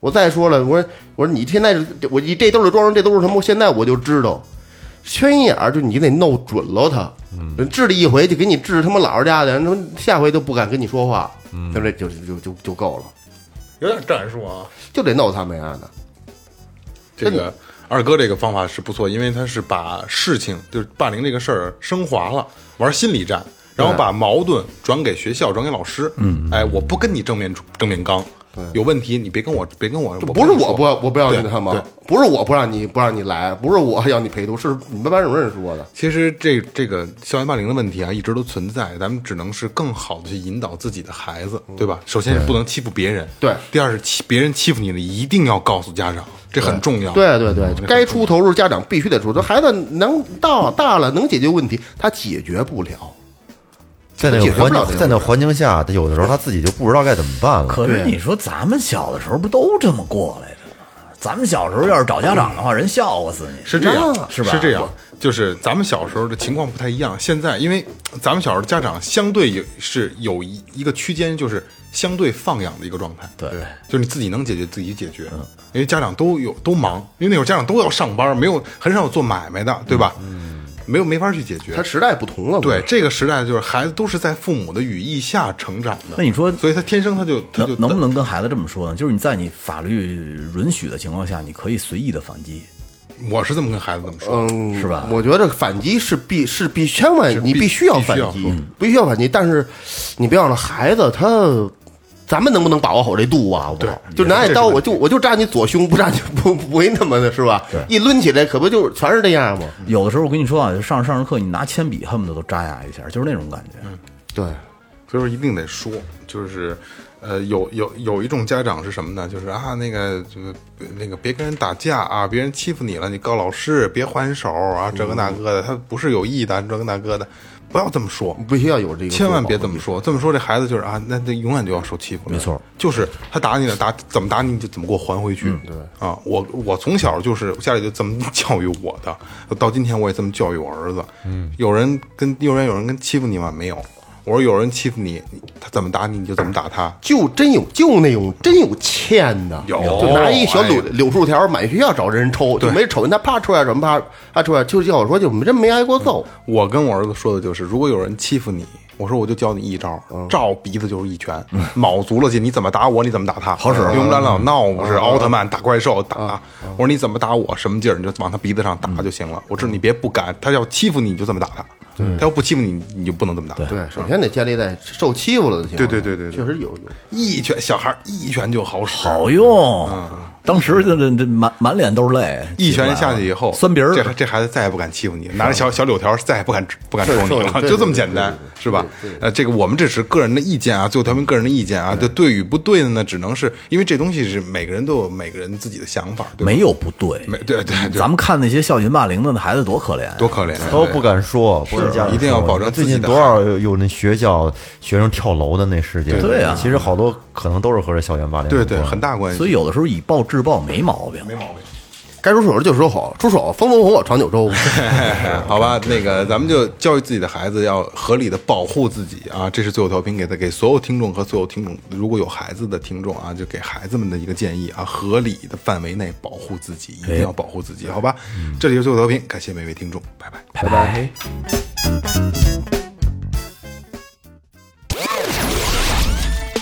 我再说了，我说我说你现在是我一这兜里装着这都是什么？我现在我就知道，缺心眼儿就你得弄准喽他，治了一回就给你治他妈老实家的，那下回就不敢跟你说话，对不对？就就就就够了。有点战术啊。就得闹他们丫的。这个二哥这个方法是不错，因为他是把事情就是霸凌这个事儿升华了，玩心理战，然后把矛盾转给学校，转给老师。嗯，哎，我不跟你正面正面刚，有问题你别跟我别跟我，不是我不不跟你说我不要你他对吗对？不是我不让你不让你来，不是我要你陪读，是你们班主任说的。其实这这个校园霸凌的问题啊，一直都存在，咱们只能是更好的去引导自己的孩子，对吧？首先是不能欺负别人，对第二是欺别人欺负你了，一定要告诉家长，这很重要。对对对，该出头时家长必须得出头。孩子能到大了能解决问题，他解决不了。在那解个决不环了这个问境题在那环境下，他有的时候他自己就不知道该怎么办了。可是你说咱们小的时候不都这么过来的吗？咱们小时候要是找家长的话，人笑话死你。是这样，啊是吧这样，就是咱们小时候的情况不太一样。现在，因为咱们小时候家长相对有是有一一个区间，就是相对放养的一个状态。对，就是你自己能解决自己解决，因为家长都有都忙，因为那会儿家长都要上班，没有很少有做买卖的，对吧？嗯，没有没法去解决他。时代不同了，不是对，这个时代，就是孩子都是在父母的羽翼下成长的。那你说所以他天生他就他就能能不能跟孩子这么说呢？就是你在你法律允许的情况下，你可以随意的反击，我是这么跟孩子这么说，呃嗯，是吧我觉得反击是必是必千万你必必须要必反须要嗯击，必须要反击。但是你别忘了，孩子他，咱们能不能把握好这度啊？对我就拿起刀，我就我就扎你左胸，不扎你 *laughs* 不不会那么的是吧？一抡起来可不就全是这样吗？嗯有的时候我跟你说啊，上着上着课，你拿铅笔恨不得都扎牙一下，就是那种感觉。嗯对，所以说一定得说，就是，呃，有有有一种家长是什么呢？就是啊，那个这个那个别跟人打架啊，别人欺负你了，你告老师，别还手啊，这个那嗯个的，他不是有意的，这个那个的，不要这么说，必须要有这个，千万别这么说，这么说这孩子就是啊，那那永远就要受欺负。没错，就是他打你了，打怎么打你你就怎么给我还回去。对啊，我我从小就是家里就这么 *laughs* 教育我的，到今天我也这么教育我儿子。嗯，有人跟幼儿园有人跟欺负你吗？没有。我说有人欺负你，你他怎么打你你就怎么打他。就真有就那种真有欠的，有就拿一小柳哎柳树条满学校找人抽，就没瞅见他啪出来什么啪啪出来，就叫我说就真没挨过揍。我跟我儿子说的就是，如果有人欺负你，我说我就教你一招，照鼻子就是一拳，卯足了劲，你怎么打我，你怎么打他，好使。啊嗯因为我们俩老闹不是奥特曼打怪兽打，我说你怎么打我，什么劲儿，你就往他鼻子上打就行了。我知道你别不敢，他要欺负你，你就这么打他；他要不欺负你，你就不能这么打。对，首先得建立在受欺负了的情况下。对对对对对确实有有。一拳小孩一拳就好使，好用，当时这这这满满脸都是泪，嗯一拳下去以后，酸鼻儿这这孩子再也不敢欺负你，拿着小小柳条再也不敢不敢抽你了， *laughs* 就这么简单，是吧？呃，这个我们这只是个人的意见啊，最后调明个人的意见啊，这对与不对的呢，只能是因为这东西是每个人都有每个人自己的想法，对吧没有不对，没对对对，咱们看那些校园霸凌的那孩子多可怜啊，多可怜啊，都对不敢说，不敢家长一定要说保证自最己近的多少有有那学校学生跳楼的那事件，对啊其实好多可能都是和这校园霸凌有对关，对，很大关系。所以有的时候以暴制暴没毛病，没毛病。该出手就出手，出手风风火火闯九州。 *laughs* 好吧，那个咱们就教育自己的孩子要合理的保护自己啊，这是最后调频给的给所有听众和所有听众，如果有孩子的听众啊，就给孩子们的一个建议啊，合理的范围内保护自己，一定要保护自己，好吧？这里是最后调频，感谢每位听众，拜拜。